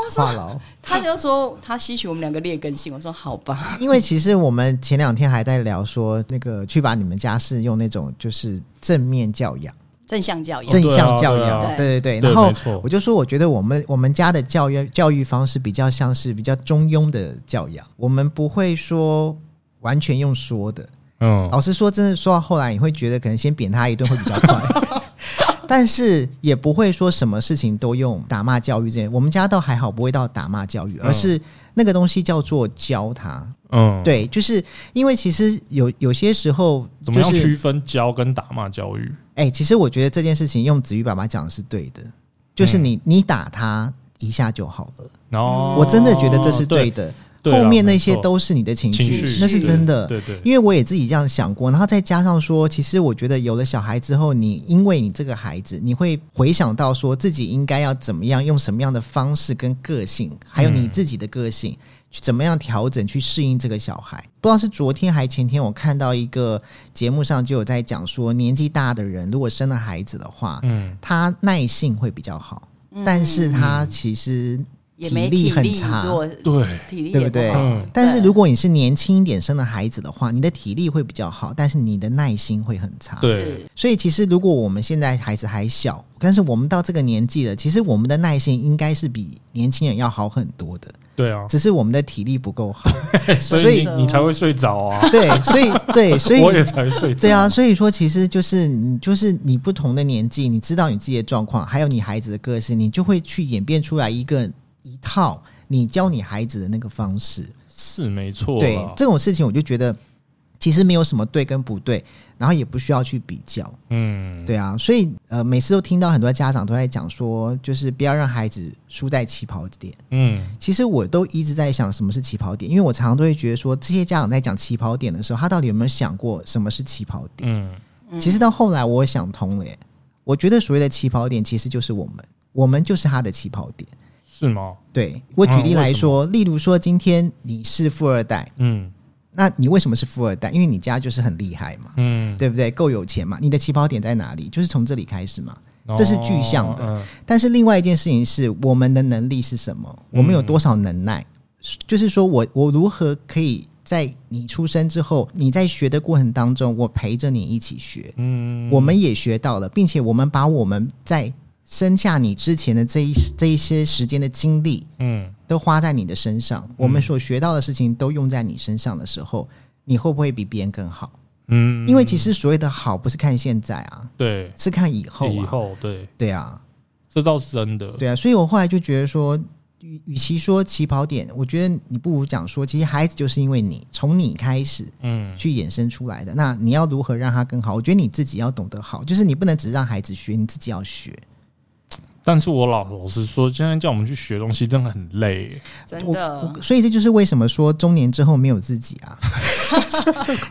Speaker 3: 说，
Speaker 1: 痨。
Speaker 3: 他就说他吸取我们两个劣根性。我说好吧，
Speaker 1: 因为其实我们前两天还在聊说，那个去把你们家是用那种就是正面教养，
Speaker 3: 正向教育。
Speaker 1: 正向教育
Speaker 2: 对啊
Speaker 3: 对啊，
Speaker 1: 对对
Speaker 2: 对
Speaker 1: 然后
Speaker 2: 没错
Speaker 1: 我就说，我觉得我们我们家的教育教育方式比较像是比较中庸的教养，我们不会说完全用说的。
Speaker 2: 嗯，
Speaker 1: 老实说，真的说到后来，你会觉得可能先扁他一顿会比较 快，但是也不会说什么事情都用打骂教育这些。我们家倒还好，不会到打骂教育，而是那个东西叫做教他。
Speaker 2: 嗯，，
Speaker 1: 对，就是因为其实有有些时候、就是，
Speaker 2: 怎么样区分教跟打骂教育？
Speaker 1: 哎、其实我觉得这件事情用子瑜爸爸讲的是对的，就是
Speaker 2: 嗯
Speaker 1: 你、你打他一下就好了。
Speaker 2: 然后
Speaker 1: 我真的觉得这是
Speaker 2: 哦
Speaker 1: 对，
Speaker 2: 对
Speaker 1: 的，
Speaker 2: 对啦
Speaker 1: 后面那
Speaker 2: 没
Speaker 1: 些
Speaker 2: 错
Speaker 1: 都是你的情
Speaker 2: 情
Speaker 1: 绪，
Speaker 2: 绪
Speaker 1: 那是真的。
Speaker 2: 对对，对
Speaker 1: 因为我也自己这样想过，然后再加上说，其实我觉得有了小孩之后，你因为你这个孩子，你会回想到说自己应该要怎么样，用什么样的方式跟个性，还有你自己的个性，去怎么样调整去适应这个小孩。不知道是昨天还前天，我看到一个节目上就有在讲说，年纪大的人如果生了孩子的话，
Speaker 2: 嗯，
Speaker 1: 他耐性会比较好，但是他其实
Speaker 3: 也
Speaker 1: 体
Speaker 3: 没
Speaker 1: 力
Speaker 3: 体
Speaker 1: 很
Speaker 3: 力
Speaker 1: 差，
Speaker 3: 弱，
Speaker 2: 对，
Speaker 3: 体力
Speaker 1: 对
Speaker 3: 也
Speaker 1: 不对
Speaker 3: 不好。
Speaker 2: 嗯
Speaker 1: 但是如果你是年轻一点生的孩子的话，你的体力会比较好，但是你的耐心会很差。
Speaker 2: 对，
Speaker 3: 是
Speaker 1: 所以其实如果我们现在孩子还小，但是我们到这个年纪了，其实我们的耐心应该是比年轻人要好很多的，
Speaker 2: 对啊，
Speaker 1: 只是我们的体力不够好。
Speaker 2: 所
Speaker 1: 所
Speaker 2: 以
Speaker 1: 以
Speaker 2: 你你才会睡着啊，
Speaker 1: 对，所以 对，所以
Speaker 2: 我也才睡着，
Speaker 1: 对啊，，所以说其实就是你就是你不同的年纪，你知道你自己的状况，还有你孩子的个性，你就会去演变出来一个一套你教你孩子的那个方式。
Speaker 2: 是没错
Speaker 1: 对
Speaker 2: 啦，
Speaker 1: 这种事情，我就觉得其实没有什么对跟不对，然后也不需要去比较。
Speaker 2: 嗯，
Speaker 1: 对啊，所以呃，每次都听到很多家长都在讲说，就是不要让孩子输在起跑点。
Speaker 2: 嗯，
Speaker 1: 其实我都一直在想什么是起跑点，因为我常常都会觉得说，这些家长在讲起跑点的时候，他到底有没有想过什么是起跑点？
Speaker 2: 嗯，
Speaker 1: 其实到后来我也想通了耶，我觉得所谓的起跑点其实就是我们，我们就是他的起跑点。
Speaker 2: 是吗？
Speaker 1: 对我举例
Speaker 2: 嗯
Speaker 1: 来
Speaker 2: 为什
Speaker 1: 说，例如说今天你是富二代，
Speaker 2: 嗯
Speaker 1: 那你为什么是富二代？因为你家就是很厉害嘛，
Speaker 2: 嗯，
Speaker 1: 对不对？够有钱嘛？你的起跑点在哪里？就是从这里开始嘛。这是具象的
Speaker 2: 嗯哦，
Speaker 1: 但是另外一件事情是，我们的能力是什么？
Speaker 2: 嗯
Speaker 1: 我们有多少能耐？就是说我我如何可以在你出生之后，你在学的过程当中，我陪着你一起学，
Speaker 2: 嗯，嗯
Speaker 1: 我们也学到了，并且我们把我们在生下你之前的这一这一些时间的经历，
Speaker 2: 嗯，
Speaker 1: 都花在你的身上，我们所学到的事情都用在你身上的时候，你会不会比别人更好？
Speaker 2: 嗯，
Speaker 1: 因为其实所谓的好，不是看现在啊，
Speaker 2: 对
Speaker 1: 是看以后
Speaker 2: 以
Speaker 1: 啊。
Speaker 2: 后对，
Speaker 1: 对啊，
Speaker 2: 这倒是真的，
Speaker 1: 对啊，所以我后来就觉得说，与与其说起跑点，我觉得你不如讲说，其实孩子就是因为你从你开始
Speaker 2: 嗯，
Speaker 1: 去衍生出来的。那你要如何让他更好？我觉得你自己要懂得好，就是你不能只让孩子学，你自己要学。
Speaker 2: 但是我老老实说，现在叫我们去学东西真的很累耶，
Speaker 3: 真
Speaker 1: 我
Speaker 3: 的
Speaker 1: 我，所以这就是为什么说中年之后没有自己啊，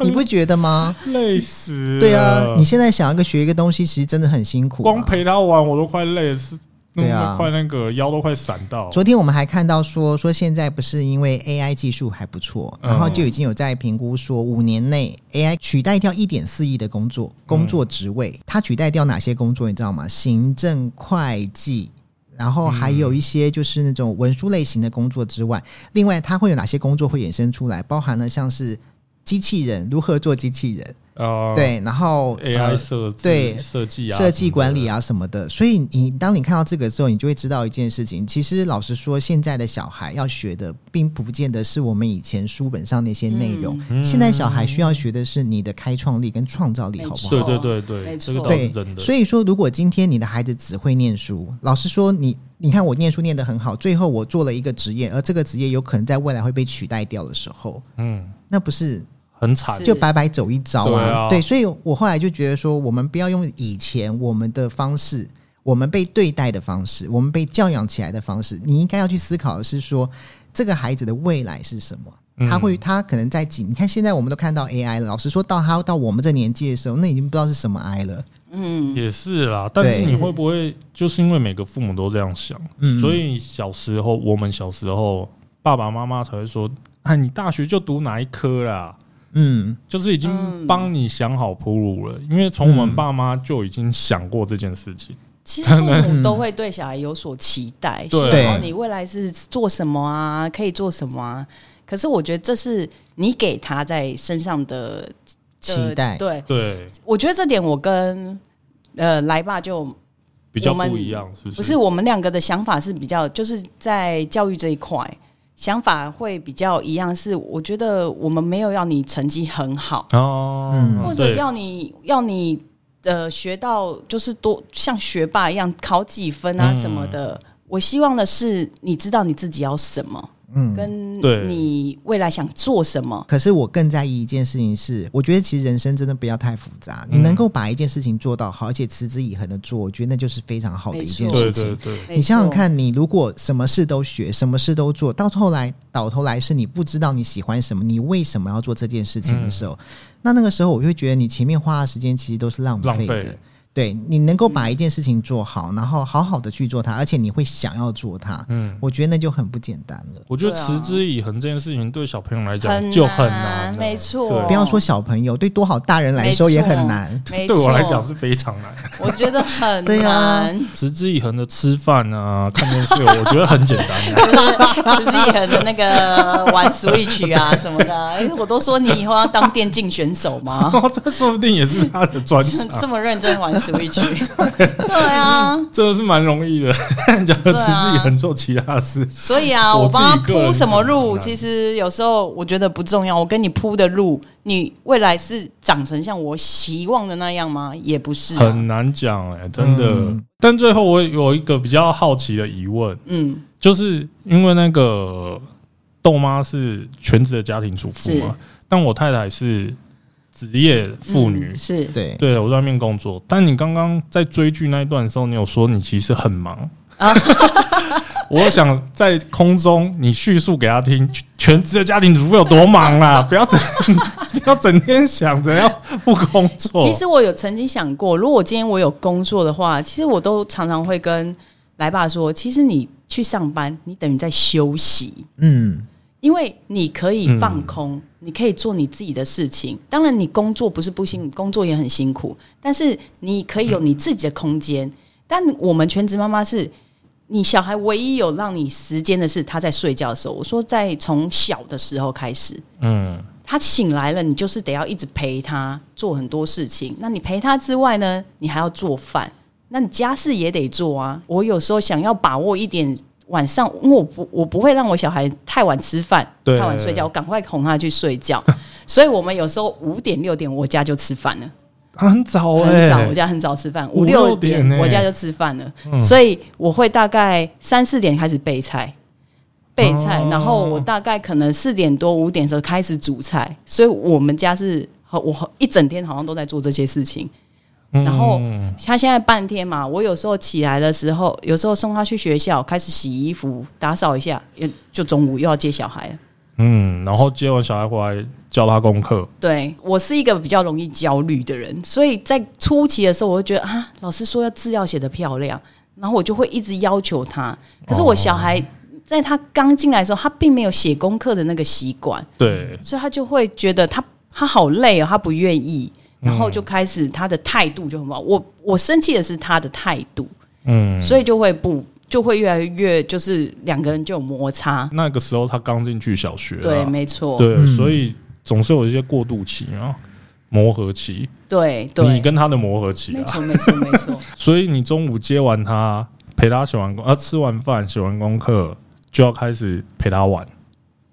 Speaker 1: 你不觉得吗？
Speaker 2: 累死了。
Speaker 1: 对啊，你现在想一个学一个东西，其实真的很辛苦、啊。
Speaker 2: 光陪他玩我都快累死，弄
Speaker 1: 对啊
Speaker 2: 得快那个腰都快闪到。
Speaker 1: 昨天我们还看到说，说现在不是因为 AI 技术还不错，
Speaker 2: 嗯
Speaker 1: 然后就已经有在评估说，五年内 AI 取代掉一点四亿的工作工作职位，它取代掉哪些工作？你知道吗？行政、会计。然后还有一些就是那种文书类型的工作之外，另外它会有哪些工作会衍生出来？包含了像是机器人如何做机器人，
Speaker 2: 呃，
Speaker 1: 对，然后呃
Speaker 2: ，AI 设置、
Speaker 1: 对
Speaker 2: 设计啊、
Speaker 1: 设计管理
Speaker 2: 啊，
Speaker 1: 啊什么的。所以你当你看到这个之后，你就会知道一件事情。其实老实说，现在的小孩要学的，并不见得是我们以前书本上那些内容。
Speaker 3: 嗯
Speaker 2: 嗯
Speaker 1: 现在小孩需要学的是你的开创力跟创造力，
Speaker 3: 没
Speaker 1: 好不
Speaker 3: 错
Speaker 1: 好
Speaker 2: 对？对对
Speaker 3: 没
Speaker 2: 对，
Speaker 3: 错
Speaker 2: 这个倒是
Speaker 1: 对
Speaker 2: 真，的。
Speaker 1: 所以说，如果今天你的孩子只会念书，老实说你，你看我念书念得很好，最后我做了一个职业，而这个职业有可能在未来会被取代掉的时候，
Speaker 2: 嗯，
Speaker 1: 那不是
Speaker 2: 很惨
Speaker 3: 是。
Speaker 1: 就白白走一遭
Speaker 2: 对
Speaker 1: 嘛。
Speaker 2: 啊
Speaker 1: 对，所以我后来就觉得说，我们不要用以前我们的方式，我们被对待的方式，我们被教养起来的方式，你应该要去思考的是说，这个孩子的未来是什么。
Speaker 2: 嗯
Speaker 1: 他会，他可能在几，你看现在我们都看到 AI 了。老实说，到他到我们这年纪的时候，那已经不知道是什么 I 了。
Speaker 3: 嗯，
Speaker 2: 也是啦，但是
Speaker 1: 对
Speaker 2: 你会不会就是因为每个父母都这样想，
Speaker 1: 嗯
Speaker 2: 所以小时候我们小时候爸爸妈妈才会说：“啊，你大学就读哪一科啦？”
Speaker 1: 嗯，
Speaker 2: 就是已经
Speaker 3: 嗯
Speaker 2: 帮你想好铺路了，因为从我们
Speaker 1: 嗯
Speaker 2: 爸妈就已经想过这件事情。
Speaker 3: 其实父母都会对小孩有所期待，
Speaker 2: 对
Speaker 3: 希望你未来是做什么啊，可以做什么啊。可是我觉得这是你给他在身上的
Speaker 1: 期待
Speaker 3: 对，
Speaker 2: 对，
Speaker 3: 我觉得这点我跟呃，来吧就
Speaker 2: 比较
Speaker 3: 我们
Speaker 2: 不一样，是不是？
Speaker 3: 不是我们两个的想法是比较，就是在教育这一块想法会比较一样。是我觉得我们没有要你成绩很好，
Speaker 2: 哦，
Speaker 1: 嗯
Speaker 3: 或者
Speaker 2: 对
Speaker 3: 要你要你呃学到就是多像学霸一样考几分啊
Speaker 2: 嗯
Speaker 3: 什么的。我希望的是你知道你自己要什么，
Speaker 1: 嗯，
Speaker 3: 跟
Speaker 2: 对
Speaker 3: 你未来想做什么。
Speaker 1: 可是我更在意一件事情是，我觉得其实人生真的不要太复杂，你
Speaker 2: 嗯
Speaker 1: 能够把一件事情做到好，而且持之以恒的做，我觉得那就是非常好的一件
Speaker 3: 没错
Speaker 2: 对
Speaker 1: 事
Speaker 2: 对
Speaker 1: 情。
Speaker 2: 对，
Speaker 1: 你想想
Speaker 3: 没错，
Speaker 1: 看，你如果什么事都学，什么事都做，到后来倒头来是你不知道你喜欢什么，你为什么要做这件事
Speaker 2: 嗯
Speaker 1: 情的时候，那那个时候我就会觉得你前面花的时间其实都是浪
Speaker 2: 浪
Speaker 1: 费的。
Speaker 2: 费
Speaker 1: 对你能够
Speaker 3: 嗯
Speaker 1: 把一件事情做好，然后好好的去做它，而且你会想要做它，
Speaker 2: 嗯，
Speaker 1: 我觉得那就很不简单了。
Speaker 2: 我觉得
Speaker 3: 对啊
Speaker 2: 持之以恒这件事情对小朋友来
Speaker 3: 很
Speaker 2: 讲就很
Speaker 3: 难
Speaker 2: 难了，
Speaker 3: 没错
Speaker 2: 对
Speaker 1: 不要说小朋友，对多好大人来说也很难。
Speaker 3: 没
Speaker 2: 对我来
Speaker 3: 错
Speaker 2: 讲，是非常难。
Speaker 3: 我觉得 很
Speaker 1: 对啊
Speaker 3: 难，
Speaker 2: 持之以恒的吃饭啊，看电视，我觉得很简 单
Speaker 3: 啊
Speaker 2: 的。
Speaker 3: 就是以恒的那个玩 Switch 啊什么的啊，哎我都说你以后要当电竞选 手吗？
Speaker 2: 哦，这说不定也是他的专 长，
Speaker 3: 这么认真玩 Switch，对啊，
Speaker 2: 真的是蛮容易的。 讲的持之以恒做其他事，
Speaker 3: 所以啊，
Speaker 2: 我
Speaker 3: 我帮他
Speaker 2: 自己个人
Speaker 3: 铺什么
Speaker 2: 觉得
Speaker 3: 路，
Speaker 2: 很难
Speaker 3: 其实有时候我觉得不重要。我跟你铺的路，你未来是长成像我希望的那样吗？也不是、啊，
Speaker 2: 很难讲哎、真的。
Speaker 1: 嗯
Speaker 2: 但最后我有一个比较好奇的疑问，
Speaker 3: 嗯，
Speaker 2: 就是因为那个豆妈是全职的家庭主妇嘛，但我太太是职业妇女，
Speaker 3: 嗯是
Speaker 1: 对，
Speaker 2: 对我在外面工作。但你刚刚在追剧那一段的时候，你有说你其实很忙
Speaker 3: 啊
Speaker 2: 我想在空中你叙述给他听，全全职的家庭主妇有多忙啦、不要整 不要整天想着要不工作。
Speaker 3: 其实我有曾经想过，如果今天我有工作的话，其实我都常常会跟来爸说，其实你去上班，你等于在休息，
Speaker 1: 嗯，
Speaker 3: 因为你可以
Speaker 2: 嗯
Speaker 3: 放空，你可以做你自己的事情。当然，你工作不是不辛，工作也很辛苦，但是你可以有你自己的空间。但我们全职妈妈是。你小孩唯一有让你时间的是他在睡觉的时候。我说，在从小的时候开始，
Speaker 2: 嗯，
Speaker 3: 他醒来了，你就是得要一直陪他做很多事情。那你陪他之外呢，你还要做饭，那你家事也得做啊。我有时候想要把握一点晚上，因为我不我不会让我小孩太晚吃饭、
Speaker 2: 对
Speaker 3: 太晚睡觉，我赶快哄他去睡觉。所以我们有时候五点六点我家就吃饭了，
Speaker 2: 很早哎、
Speaker 3: 很早我家很早吃饭，
Speaker 2: 五
Speaker 3: 五
Speaker 2: 六
Speaker 3: 六点
Speaker 2: 点欸
Speaker 3: 我家就吃饭了，
Speaker 2: 嗯
Speaker 3: 所以我会大概三四点开始备菜。备菜，
Speaker 2: 哦
Speaker 3: 然后我大概可能四点多五点的时候开始煮菜，所以我们家是和我一整天好像都在做这些事情。然后
Speaker 2: 嗯
Speaker 3: 他现在半天嘛，我有时候起来的时候，有时候送他去学校，开始洗衣服、打扫一下，也就中午又要接小孩了。
Speaker 2: 嗯，然后接完小孩回来教他功课，
Speaker 3: 对我是一个比较容易焦虑的人，所以在初期的时候，我会觉得啊，老师说要字要写得漂亮，然后我就会一直要求他。可是我小孩在他刚进来的时候，他并没有写功课的那个习惯，
Speaker 2: 对，
Speaker 3: 所以他就会觉得他他好累哦，他不愿意，
Speaker 2: 嗯
Speaker 3: 然后就开始他的态度就很不好。我我生气的是他的态度，
Speaker 2: 嗯，
Speaker 3: 所以就会不就会越来越就是两个人就有摩擦。
Speaker 2: 那个时候他刚进去小学啊，
Speaker 3: 对，没错，
Speaker 2: 对，
Speaker 1: 嗯
Speaker 2: 所以总是有一些过渡期啊，磨合期，
Speaker 3: 对
Speaker 2: 你
Speaker 3: 对，
Speaker 2: 跟他的磨合期
Speaker 3: 没
Speaker 2: 啊，
Speaker 3: 错没错没错，
Speaker 2: 所以你中午接完他，陪他写完功，啊，吃完饭写完功课。就要开始陪他玩，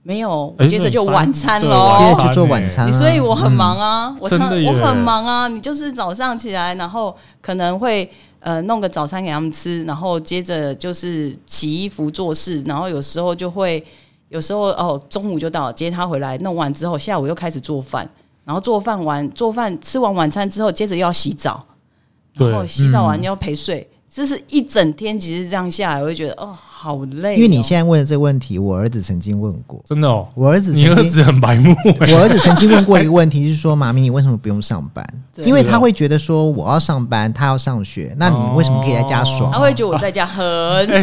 Speaker 3: 没有，
Speaker 2: 哎
Speaker 3: 接着就
Speaker 2: 那你
Speaker 3: 晚
Speaker 2: 三对
Speaker 3: 餐哦喽。
Speaker 1: 接
Speaker 2: 晚
Speaker 1: 着就做晚餐、啊。
Speaker 3: 所以我很忙啊，我常
Speaker 2: 嗯真的耶
Speaker 3: 我很忙啊。你就是早上起来，然后可能会呃弄个早餐给他们吃，然后接着就是洗衣服做事，然后有时候就会有时候哦中午就到接他回来，弄完之后下午又开始做饭，然后做饭完做饭吃完晚餐之后，接着又要洗澡，
Speaker 2: 对
Speaker 3: 然后洗澡完
Speaker 1: 嗯
Speaker 3: 又要陪睡，就是一整天。其实这样下来，我会觉得哦好累哦、
Speaker 1: 因为你现在问的这个问题，我儿子曾经问过。
Speaker 2: 真的哦。
Speaker 1: 我儿子
Speaker 2: 你
Speaker 1: 曾
Speaker 2: 儿
Speaker 1: 经，
Speaker 2: 子很白 目 欸，
Speaker 1: 我儿子曾经问过一个问题，就是说：“妈咪，你为什么不用上班？”
Speaker 3: 对哦
Speaker 1: 因为他会觉得说我要上班，他要上学，那你为什么可以在啊家爽
Speaker 3: 他？会觉得我在 家很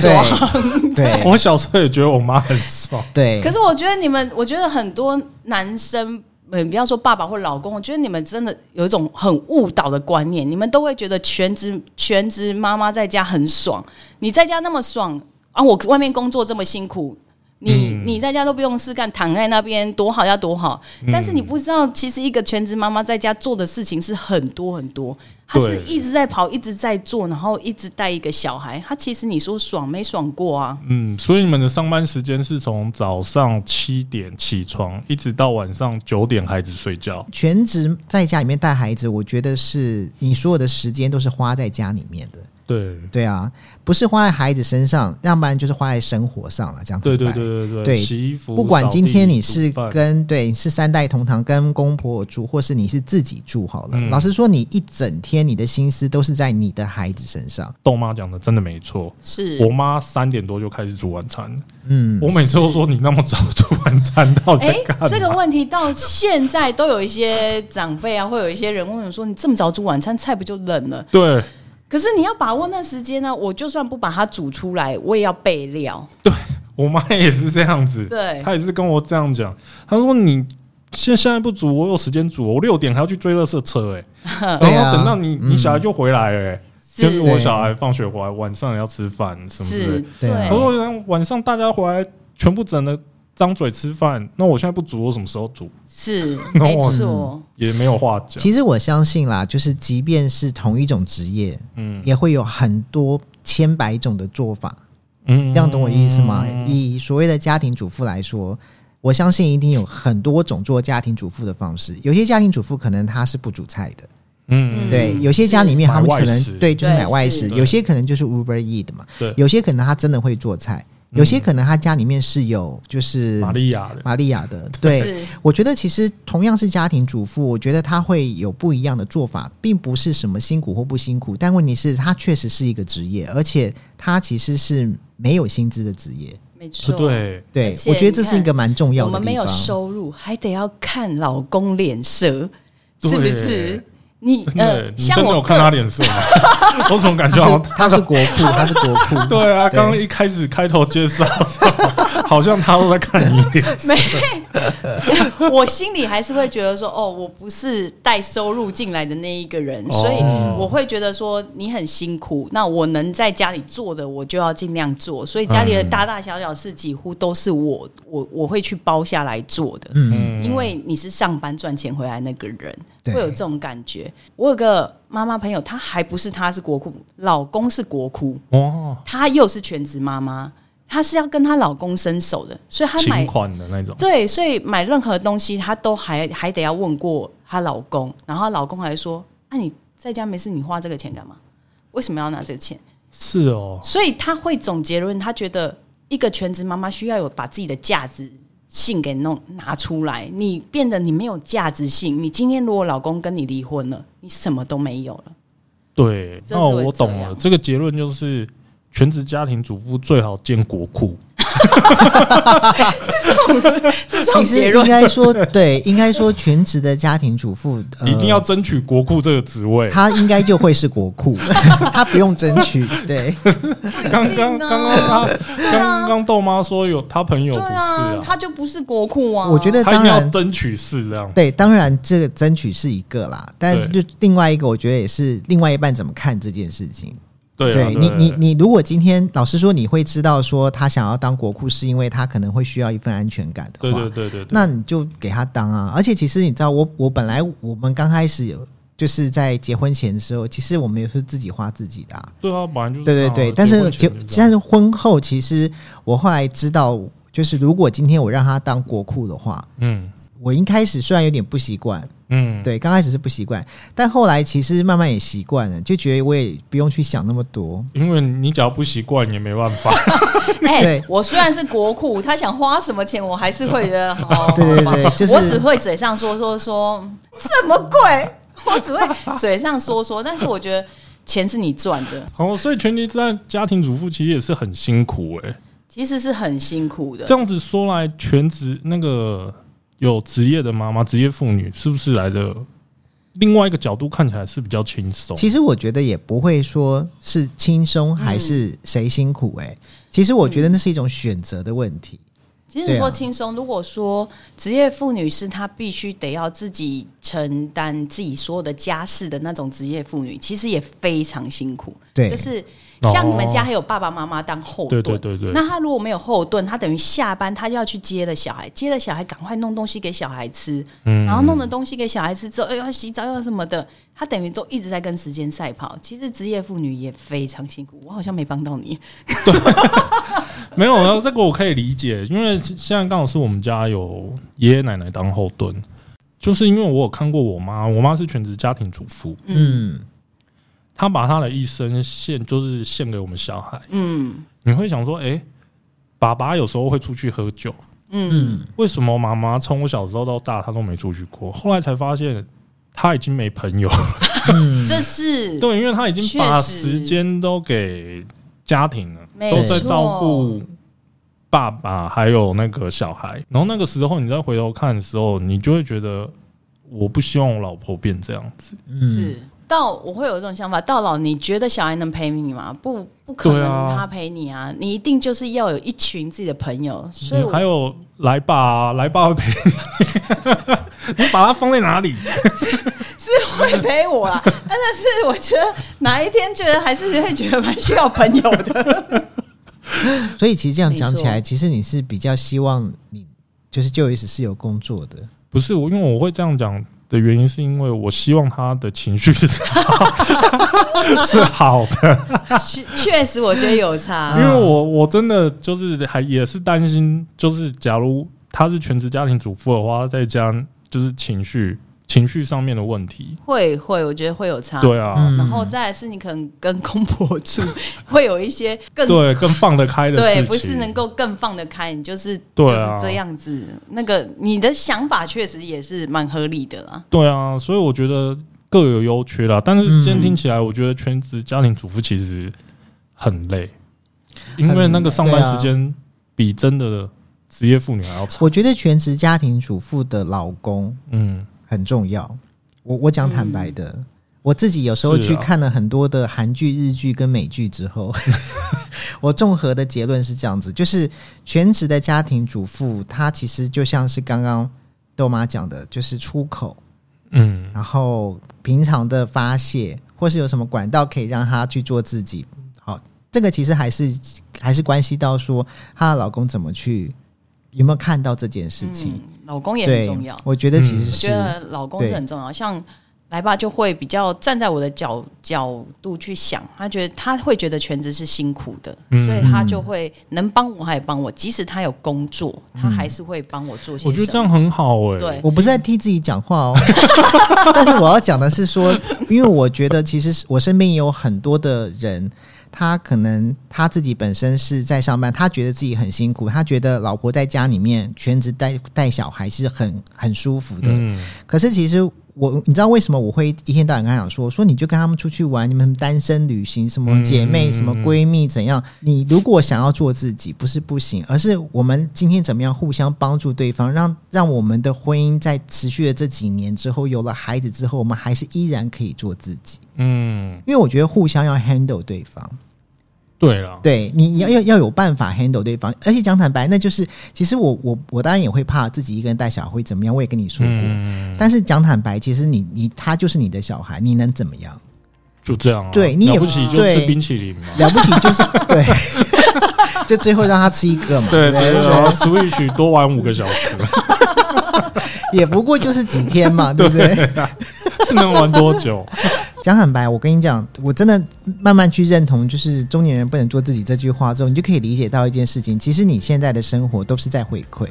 Speaker 3: 爽。
Speaker 1: 对对
Speaker 2: 我小时候也觉得我妈很爽，
Speaker 1: 对，
Speaker 3: 可
Speaker 1: 是
Speaker 3: 是我觉得你们，我觉得很多男生，嗯，不要说爸爸或老公，我觉得你们真的有一种很误导的观念，你们都会觉得全职全职妈妈在家很爽，你在家那么爽啊，我外面工作这么辛苦，你、
Speaker 2: 嗯
Speaker 3: 你在家都不用事干，躺在那边多好要多好。但是你不知道，其实一个全职妈妈在家做的事情是很多很多，她
Speaker 2: 对
Speaker 3: 是一直在跑，一直在做，然后一直带一个小孩。她其实你说爽没爽过啊？
Speaker 2: 嗯，所以你们的上班时间是从早上七点起床，一直到晚上九点孩子睡觉。
Speaker 1: 全职在家里面带孩子，我觉得是你所有的时间都是花在家里面的。
Speaker 2: 对，
Speaker 1: 对啊，不是花在孩子身上，要不然就是花在生活上了。这样
Speaker 2: 对对
Speaker 1: 很白
Speaker 2: 对对
Speaker 1: 对
Speaker 2: 洗衣服。
Speaker 1: 不管今天你是
Speaker 2: 扫地煮饭
Speaker 1: 跟对你是三代同堂，跟公婆住，或是你是自己住好了。
Speaker 2: 嗯
Speaker 1: 老实说，你一整天你的心思都是在你的孩子身上。
Speaker 2: 豆妈讲的真的没错，
Speaker 3: 是
Speaker 2: 我妈三点多就开始煮晚餐了，
Speaker 1: 嗯，
Speaker 2: 我每次都说你那么早煮晚餐到底
Speaker 3: 哎、
Speaker 2: 在干嘛？
Speaker 3: 这个问题到现在都有一些长辈啊，会有一些人问我说：“你这么早煮晚餐，菜不就冷了
Speaker 2: 对？”
Speaker 3: 可是你要把握那时间呢、啊我就算不把它煮出来，我也要备料。
Speaker 2: 我妈也是这样子，
Speaker 3: 对
Speaker 2: 她也是跟我这样讲，她说你。现现在不煮，我有时间煮，哦我六点还要去追垃圾车哎、
Speaker 3: 嗯
Speaker 1: 对
Speaker 2: 然
Speaker 1: 啊
Speaker 2: 后等到你、你小孩就回来了、欸，就是我
Speaker 1: 对
Speaker 2: 小孩放学回来晚上也要吃饭什么之类
Speaker 3: 是
Speaker 2: 的，，
Speaker 1: 对啊
Speaker 2: 他说晚上大家回来全部整的张嘴吃饭，那我现在不煮，我什么时候煮？
Speaker 3: 是
Speaker 2: 那
Speaker 3: 没
Speaker 2: 我
Speaker 3: 错，
Speaker 2: 也没有话讲。
Speaker 1: 其实我相信啦，就是即便是同一种职业，
Speaker 2: 嗯
Speaker 1: 也会有很多千百种的做法。
Speaker 2: 嗯
Speaker 1: 这样懂我意思吗？以所谓的家庭主妇来说，我相信一定有很多种做家庭主妇的方式。有些家庭主妇可能她是不煮菜的，
Speaker 2: 嗯
Speaker 1: 对；
Speaker 3: 嗯
Speaker 1: 有些家里面
Speaker 2: 是
Speaker 1: 他们可
Speaker 2: 买外
Speaker 1: 能
Speaker 2: 食
Speaker 1: 对就是
Speaker 3: 对
Speaker 1: 买外食，
Speaker 3: 是
Speaker 1: 有些可能就是 Uber Eat 嘛，
Speaker 2: 对嗯
Speaker 1: 有些可能她真的会做菜，有些可能她家里面是有就是
Speaker 2: 玛利亚的，
Speaker 1: 玛利亚的，
Speaker 2: 嗯
Speaker 1: 对。
Speaker 3: 是
Speaker 1: 我觉得其实同样是家庭主妇，我觉得她会有不一样的做法，并不是什么辛苦或不辛苦，但问题是她确实是一个职业，而且她其实是没有薪资的职业。
Speaker 3: 没错，
Speaker 2: 对，
Speaker 1: 对
Speaker 3: 而，且
Speaker 1: 我觉得这是一个蛮重要
Speaker 3: 我
Speaker 1: 的地方。
Speaker 3: 们没有收入，还得要看老公脸色，
Speaker 2: 对
Speaker 3: 是不是？你
Speaker 2: 真
Speaker 3: 呃
Speaker 2: 的，，你
Speaker 3: 像
Speaker 2: 真的有
Speaker 3: 我
Speaker 2: 看
Speaker 3: 个
Speaker 2: 他脸色吗？ 我怎么感觉好
Speaker 1: 他是他
Speaker 2: 像
Speaker 1: 是国库，他是国库。
Speaker 2: 对啊，
Speaker 1: 对
Speaker 2: 刚刚一开始开头介绍 的时候，好像他都在看你脸。
Speaker 3: 没， 我心里还是会觉得说，哦，我不是带收入进来的那一个人，
Speaker 2: 哦
Speaker 3: 所以我会觉得说你很辛苦。那我能在家里做的，我就要尽量做。所以家里的大大小小事，几乎都是我我我会去包下来做的。
Speaker 1: 嗯，
Speaker 2: 嗯
Speaker 3: 因为你是上班赚钱回来那个人，
Speaker 1: 对
Speaker 3: 会有这种感觉。我有个妈妈朋友，她还不是她是国库，老公是国库，
Speaker 2: 哦，
Speaker 3: 她又是全职妈妈，她是要跟她老公伸手的，所以她买
Speaker 2: 情款的那种，
Speaker 3: 对，所以买任何东西，她都还还得要问过她老公，然后她老公还说：“那、你在家没事，你花这个钱干嘛？为什么要拿这个钱
Speaker 2: 是哦？”，
Speaker 3: 所以她会总结论，她觉得一个全职妈妈需要有把自己的价值性给弄拿出来，你变得你没有价值性，你今天如果老公跟你离婚了，你什么都没有了。
Speaker 2: 对。
Speaker 3: 真
Speaker 2: 那
Speaker 3: 是会
Speaker 2: 我懂
Speaker 3: 这
Speaker 2: 了，
Speaker 3: 样
Speaker 2: 这个结论就是。全职家庭主妇最好建国库，
Speaker 1: 其实应该说，对，应该说全职的家庭主妇、呃
Speaker 2: 一定要，争取国库这个职位。
Speaker 1: 她应该就会是国库， 她不用争取。对，
Speaker 2: 刚刚刚
Speaker 1: 啊
Speaker 2: 刚他刚刚豆妈说有她朋友不
Speaker 3: 对
Speaker 2: 是
Speaker 3: 啊，
Speaker 2: 啊，
Speaker 3: 他就不是国库啊。
Speaker 1: 我觉得
Speaker 2: 她一
Speaker 1: 当
Speaker 2: 定要
Speaker 1: 然。
Speaker 2: 争取是这样。
Speaker 1: 对，当然这个争取是一个啦，但
Speaker 2: 对
Speaker 1: 就另外一个，我觉得也是另外一半怎么看这件事情。
Speaker 2: 对啊，
Speaker 1: 你，你，你如果今天老实说，你会知道说他想要当国库，是因为他可能会需要一份安全感的
Speaker 2: 对
Speaker 1: 话，
Speaker 2: 对对对对，
Speaker 1: 那你就给他当啊。而且其实你知道我，我本来我们刚开始有就是在结婚前的时候，其实我们也是自己花自己的、啊，
Speaker 2: 对啊，本来就是
Speaker 1: 对对
Speaker 2: 这样
Speaker 1: 对。
Speaker 2: 啊
Speaker 1: 但是结
Speaker 2: 结婚前就这
Speaker 1: 但
Speaker 2: 样
Speaker 1: 是婚后，其实我后来知道，就是如果今天我让他当国库的话，
Speaker 2: 嗯
Speaker 1: 我一开始虽然有点不习惯，
Speaker 2: 嗯，
Speaker 1: 对，刚开始是不习惯，但后来其实慢慢也习惯了，就觉得我也不用去想那么多。
Speaker 2: 因为你只要不习惯也没办法。
Speaker 3: 哎、
Speaker 1: 对
Speaker 3: 我虽然是国库，他想花什么钱，我还是会 觉得哦，
Speaker 1: 对对对就是
Speaker 3: 我只会嘴上说说说这么贵，我 只会嘴上说说，但是我觉得钱是你赚的，
Speaker 2: 哦，所以全职在家庭主妇其实也是很辛苦哎、
Speaker 3: 其实是很辛苦的
Speaker 2: 这。样子说来，全职那个有职业的妈妈、职业妇女，是不是来的另外一个角度看起来是比较轻松？
Speaker 1: 其实我觉得也不会说是轻松还
Speaker 3: 嗯
Speaker 1: 是谁辛苦、欸，其实我觉得那是一种选择的问题。
Speaker 3: 其实你
Speaker 1: 对啊
Speaker 3: 说轻松，如果说职业妇女是她必须得要自己承担自己所有的家事的那种职业妇女，其实也非常辛苦。
Speaker 1: 对
Speaker 3: 就是
Speaker 2: 哦
Speaker 3: 像你们家还有爸爸妈妈当后
Speaker 2: 对
Speaker 3: 盾，
Speaker 2: 对对对
Speaker 3: 那他如果没有后盾，他等于下班他就要去接了小孩，接了小孩赶快弄东西给小孩吃，
Speaker 2: 嗯
Speaker 3: 然后弄了东西给小孩吃之后，哎、呦要洗澡要什么的，他等于都一直在跟时间赛跑。其实职业妇女也非常辛苦，我好像没帮到你。
Speaker 2: 没有，然后这个我可以理解，因为现在刚好是我们家有爷爷奶奶当后盾，就是因为我有看过我妈，我妈是全职家庭主妇，
Speaker 1: 嗯，
Speaker 2: 她把她的一生献就是献给我们小孩。
Speaker 3: 嗯
Speaker 2: 你会想说，哎、爸爸有时候会出去喝酒，
Speaker 3: 嗯
Speaker 2: 为什么妈妈从我小时候到大她都没出去过？后来才发现她已经没朋 友，嗯
Speaker 3: 这是
Speaker 2: 对，因为她已经把
Speaker 3: 确实
Speaker 2: 时间都给家庭了，
Speaker 3: 没
Speaker 2: 都在
Speaker 3: 错
Speaker 2: 照顾爸爸还有那个小孩。然后那个时候你再回头看的时候，你就会觉得我不希望我老婆变这样子。
Speaker 1: 嗯
Speaker 3: 是到我会有一种想法，到老你觉得小孩能陪你吗？不，不可
Speaker 2: 对
Speaker 3: 能
Speaker 2: 啊
Speaker 3: 他陪你啊！你一定就是要有一群自己的朋友，所以
Speaker 2: 你
Speaker 3: 我
Speaker 2: 还有来爸啊，来爸会陪 你，你把他放在哪里？
Speaker 3: 是会陪我 啦。但是我觉得哪一天觉得还是会觉得蛮需要朋友的。
Speaker 1: 所以其实这样
Speaker 3: 没错
Speaker 1: 讲起来，其实你是比较希望你就是就业时是有工作的，
Speaker 2: 不是我，因为我会这样讲的原因，是因为我希望他的情绪是好 是好的，
Speaker 3: 确确实，我觉得有差
Speaker 2: 因。为我我真的就是还也是担心，就是假如他是全职家庭主妇的话，再加就是情绪情绪上面的问题，
Speaker 3: 会会，我觉得会有差。
Speaker 2: 对啊，
Speaker 1: 嗯
Speaker 3: 然后再来是你可能跟公婆住，会有一些更
Speaker 2: 对，更放得开的事
Speaker 3: 对，
Speaker 2: 情，
Speaker 3: 不是能够更放得开，你就是、
Speaker 2: 对
Speaker 3: 就是
Speaker 2: 啊
Speaker 3: 这样子。那个你的想法确实也是蛮合理的啦。
Speaker 2: 对啊，所以我觉得各有优缺啦。但是今天听起来，我觉得全职家庭主妇其实很累，因为那个上班时间比真的职业妇女还要长。
Speaker 1: 我觉得全职家庭主妇的老公
Speaker 2: 嗯，
Speaker 1: 很重要。我我讲坦白的，我自己有时候
Speaker 2: 是
Speaker 1: 去
Speaker 2: 啊
Speaker 1: 看了很多的韩剧、日剧跟美剧之 后，我综合的结论是这样子：就是全职的家庭主妇，她其实就像是刚刚豆妈讲的，就是出口，
Speaker 2: 嗯，
Speaker 1: 然后平常的发泄，或是有什么管道可以让她去做自己。好，这个其实还是还是关系到说她的老公怎么去有没有看到这件事情。
Speaker 3: 嗯，老公也很
Speaker 1: 对
Speaker 3: 重要，。
Speaker 1: 我觉得
Speaker 2: 嗯
Speaker 1: 其实
Speaker 3: 我
Speaker 1: 是、
Speaker 3: 觉得老公是
Speaker 1: 对
Speaker 3: 很重要。像来爸就会比较站在我的角角度去想，他觉得他会觉得全职是辛苦的，
Speaker 2: 嗯
Speaker 3: 所以他就会能帮我还帮我，即使他有工作，他还是会帮我做些
Speaker 2: 嗯
Speaker 3: 什么。
Speaker 2: 我觉得这样很好哎、
Speaker 3: 对
Speaker 1: 我不是在替自己讲话哦， 但是我要讲的是说，因为我觉得其实是我身边也有很多的人，他可能他自己本身是在上班，他觉得自己很辛苦，他觉得老婆在家里面全职带带小孩是很很舒服的。
Speaker 2: 嗯，
Speaker 1: 可是其实我，你知道为什么我会一天到晚跟他讲说，说你就跟他们出去玩，你们单身旅行，什么姐妹、
Speaker 2: 嗯
Speaker 1: 什么闺蜜怎样？你如果想要做自己，不是不行，而是我们今天怎么样互相帮助对方，让让我们的婚姻在持续的这几年之后，有了孩子之后，我们还是依然可以做自己。
Speaker 2: 嗯，
Speaker 1: 因为我觉得互相要 handle 对方，
Speaker 2: 对啦，
Speaker 1: 对，你要要要有办法 handle 对方，而且讲坦白，那就是其实我我我当然也会怕自己一个人带小孩会怎么样，我也跟你说过，
Speaker 2: 嗯，
Speaker 1: 但是讲坦白，其实你你他就是你的小孩，你能怎么样？
Speaker 2: 就这样、啊。
Speaker 1: 对你也
Speaker 2: 了不起就吃
Speaker 1: 对
Speaker 2: 冰淇淋嘛。
Speaker 1: 了不起就是对， 就最后让他吃一个嘛，
Speaker 2: 对，
Speaker 1: 不
Speaker 2: 只能然后 Switch 多玩五个小时，
Speaker 1: 也不过就是几天嘛，对不对？
Speaker 2: 是能玩多久？
Speaker 1: 讲坦白，我跟你讲，我真的慢慢去认同，就是中年人不能做自己这句话之后，你就可以理解到一件事情，其实你现在的生活都是在回馈，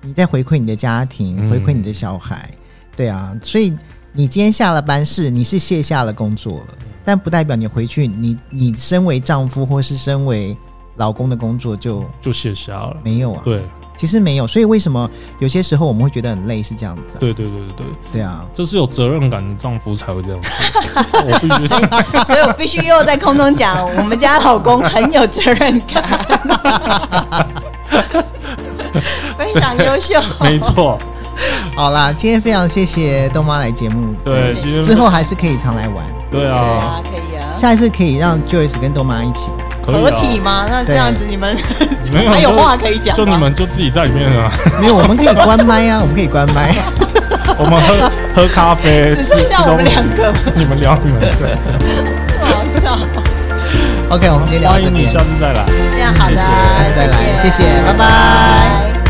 Speaker 1: 你在回馈你的家庭，
Speaker 2: 嗯
Speaker 1: 回馈你的小孩，对啊，所以你今天下了班是你是卸下了工作了，但不代表你回去，你你身为丈夫或是身为老公的工作就
Speaker 2: 就卸下了。
Speaker 1: 没有啊，
Speaker 2: 对，
Speaker 1: 其实没有，所以为什么有些时候我们会觉得很累是这样子、啊，
Speaker 2: 对，对，对，对，对，
Speaker 1: 对啊，
Speaker 2: 这是有责任感的丈夫才会这样做。我必须
Speaker 3: 所以我必须又在空中讲，我们家老公很有责任 感，非常优秀。
Speaker 2: 没错，
Speaker 1: 好啦，今天非常谢谢豆妈来节目，
Speaker 3: 嗯
Speaker 2: 对，今天
Speaker 1: 之后还是可以常来玩。
Speaker 2: 对
Speaker 3: 对
Speaker 2: 啊，
Speaker 3: 啊，可以啊。
Speaker 1: 下一次可以让 Joyce 跟豆妈一起来，
Speaker 2: 可以啊
Speaker 3: 合体吗？那这样子你们
Speaker 2: 没有
Speaker 3: 还有
Speaker 2: 就
Speaker 3: 话可以讲吗
Speaker 2: 就你们就自己在里面啊，
Speaker 1: 没有，我们可以关麦啊，我们可以关麦。
Speaker 2: 我们喝喝咖啡，
Speaker 3: 只
Speaker 2: 吃
Speaker 3: 剩
Speaker 2: 吃
Speaker 3: 下我
Speaker 2: 东
Speaker 3: 们
Speaker 2: 西
Speaker 3: 两，个，
Speaker 2: 你们聊你们的。
Speaker 3: 好笑。 OK，我们今天聊到
Speaker 1: 欢
Speaker 3: 这
Speaker 1: 迎你
Speaker 3: 边
Speaker 1: 下，次再来。
Speaker 2: 这样好的，
Speaker 3: 下次再来，谢谢，拜拜
Speaker 2: 拜拜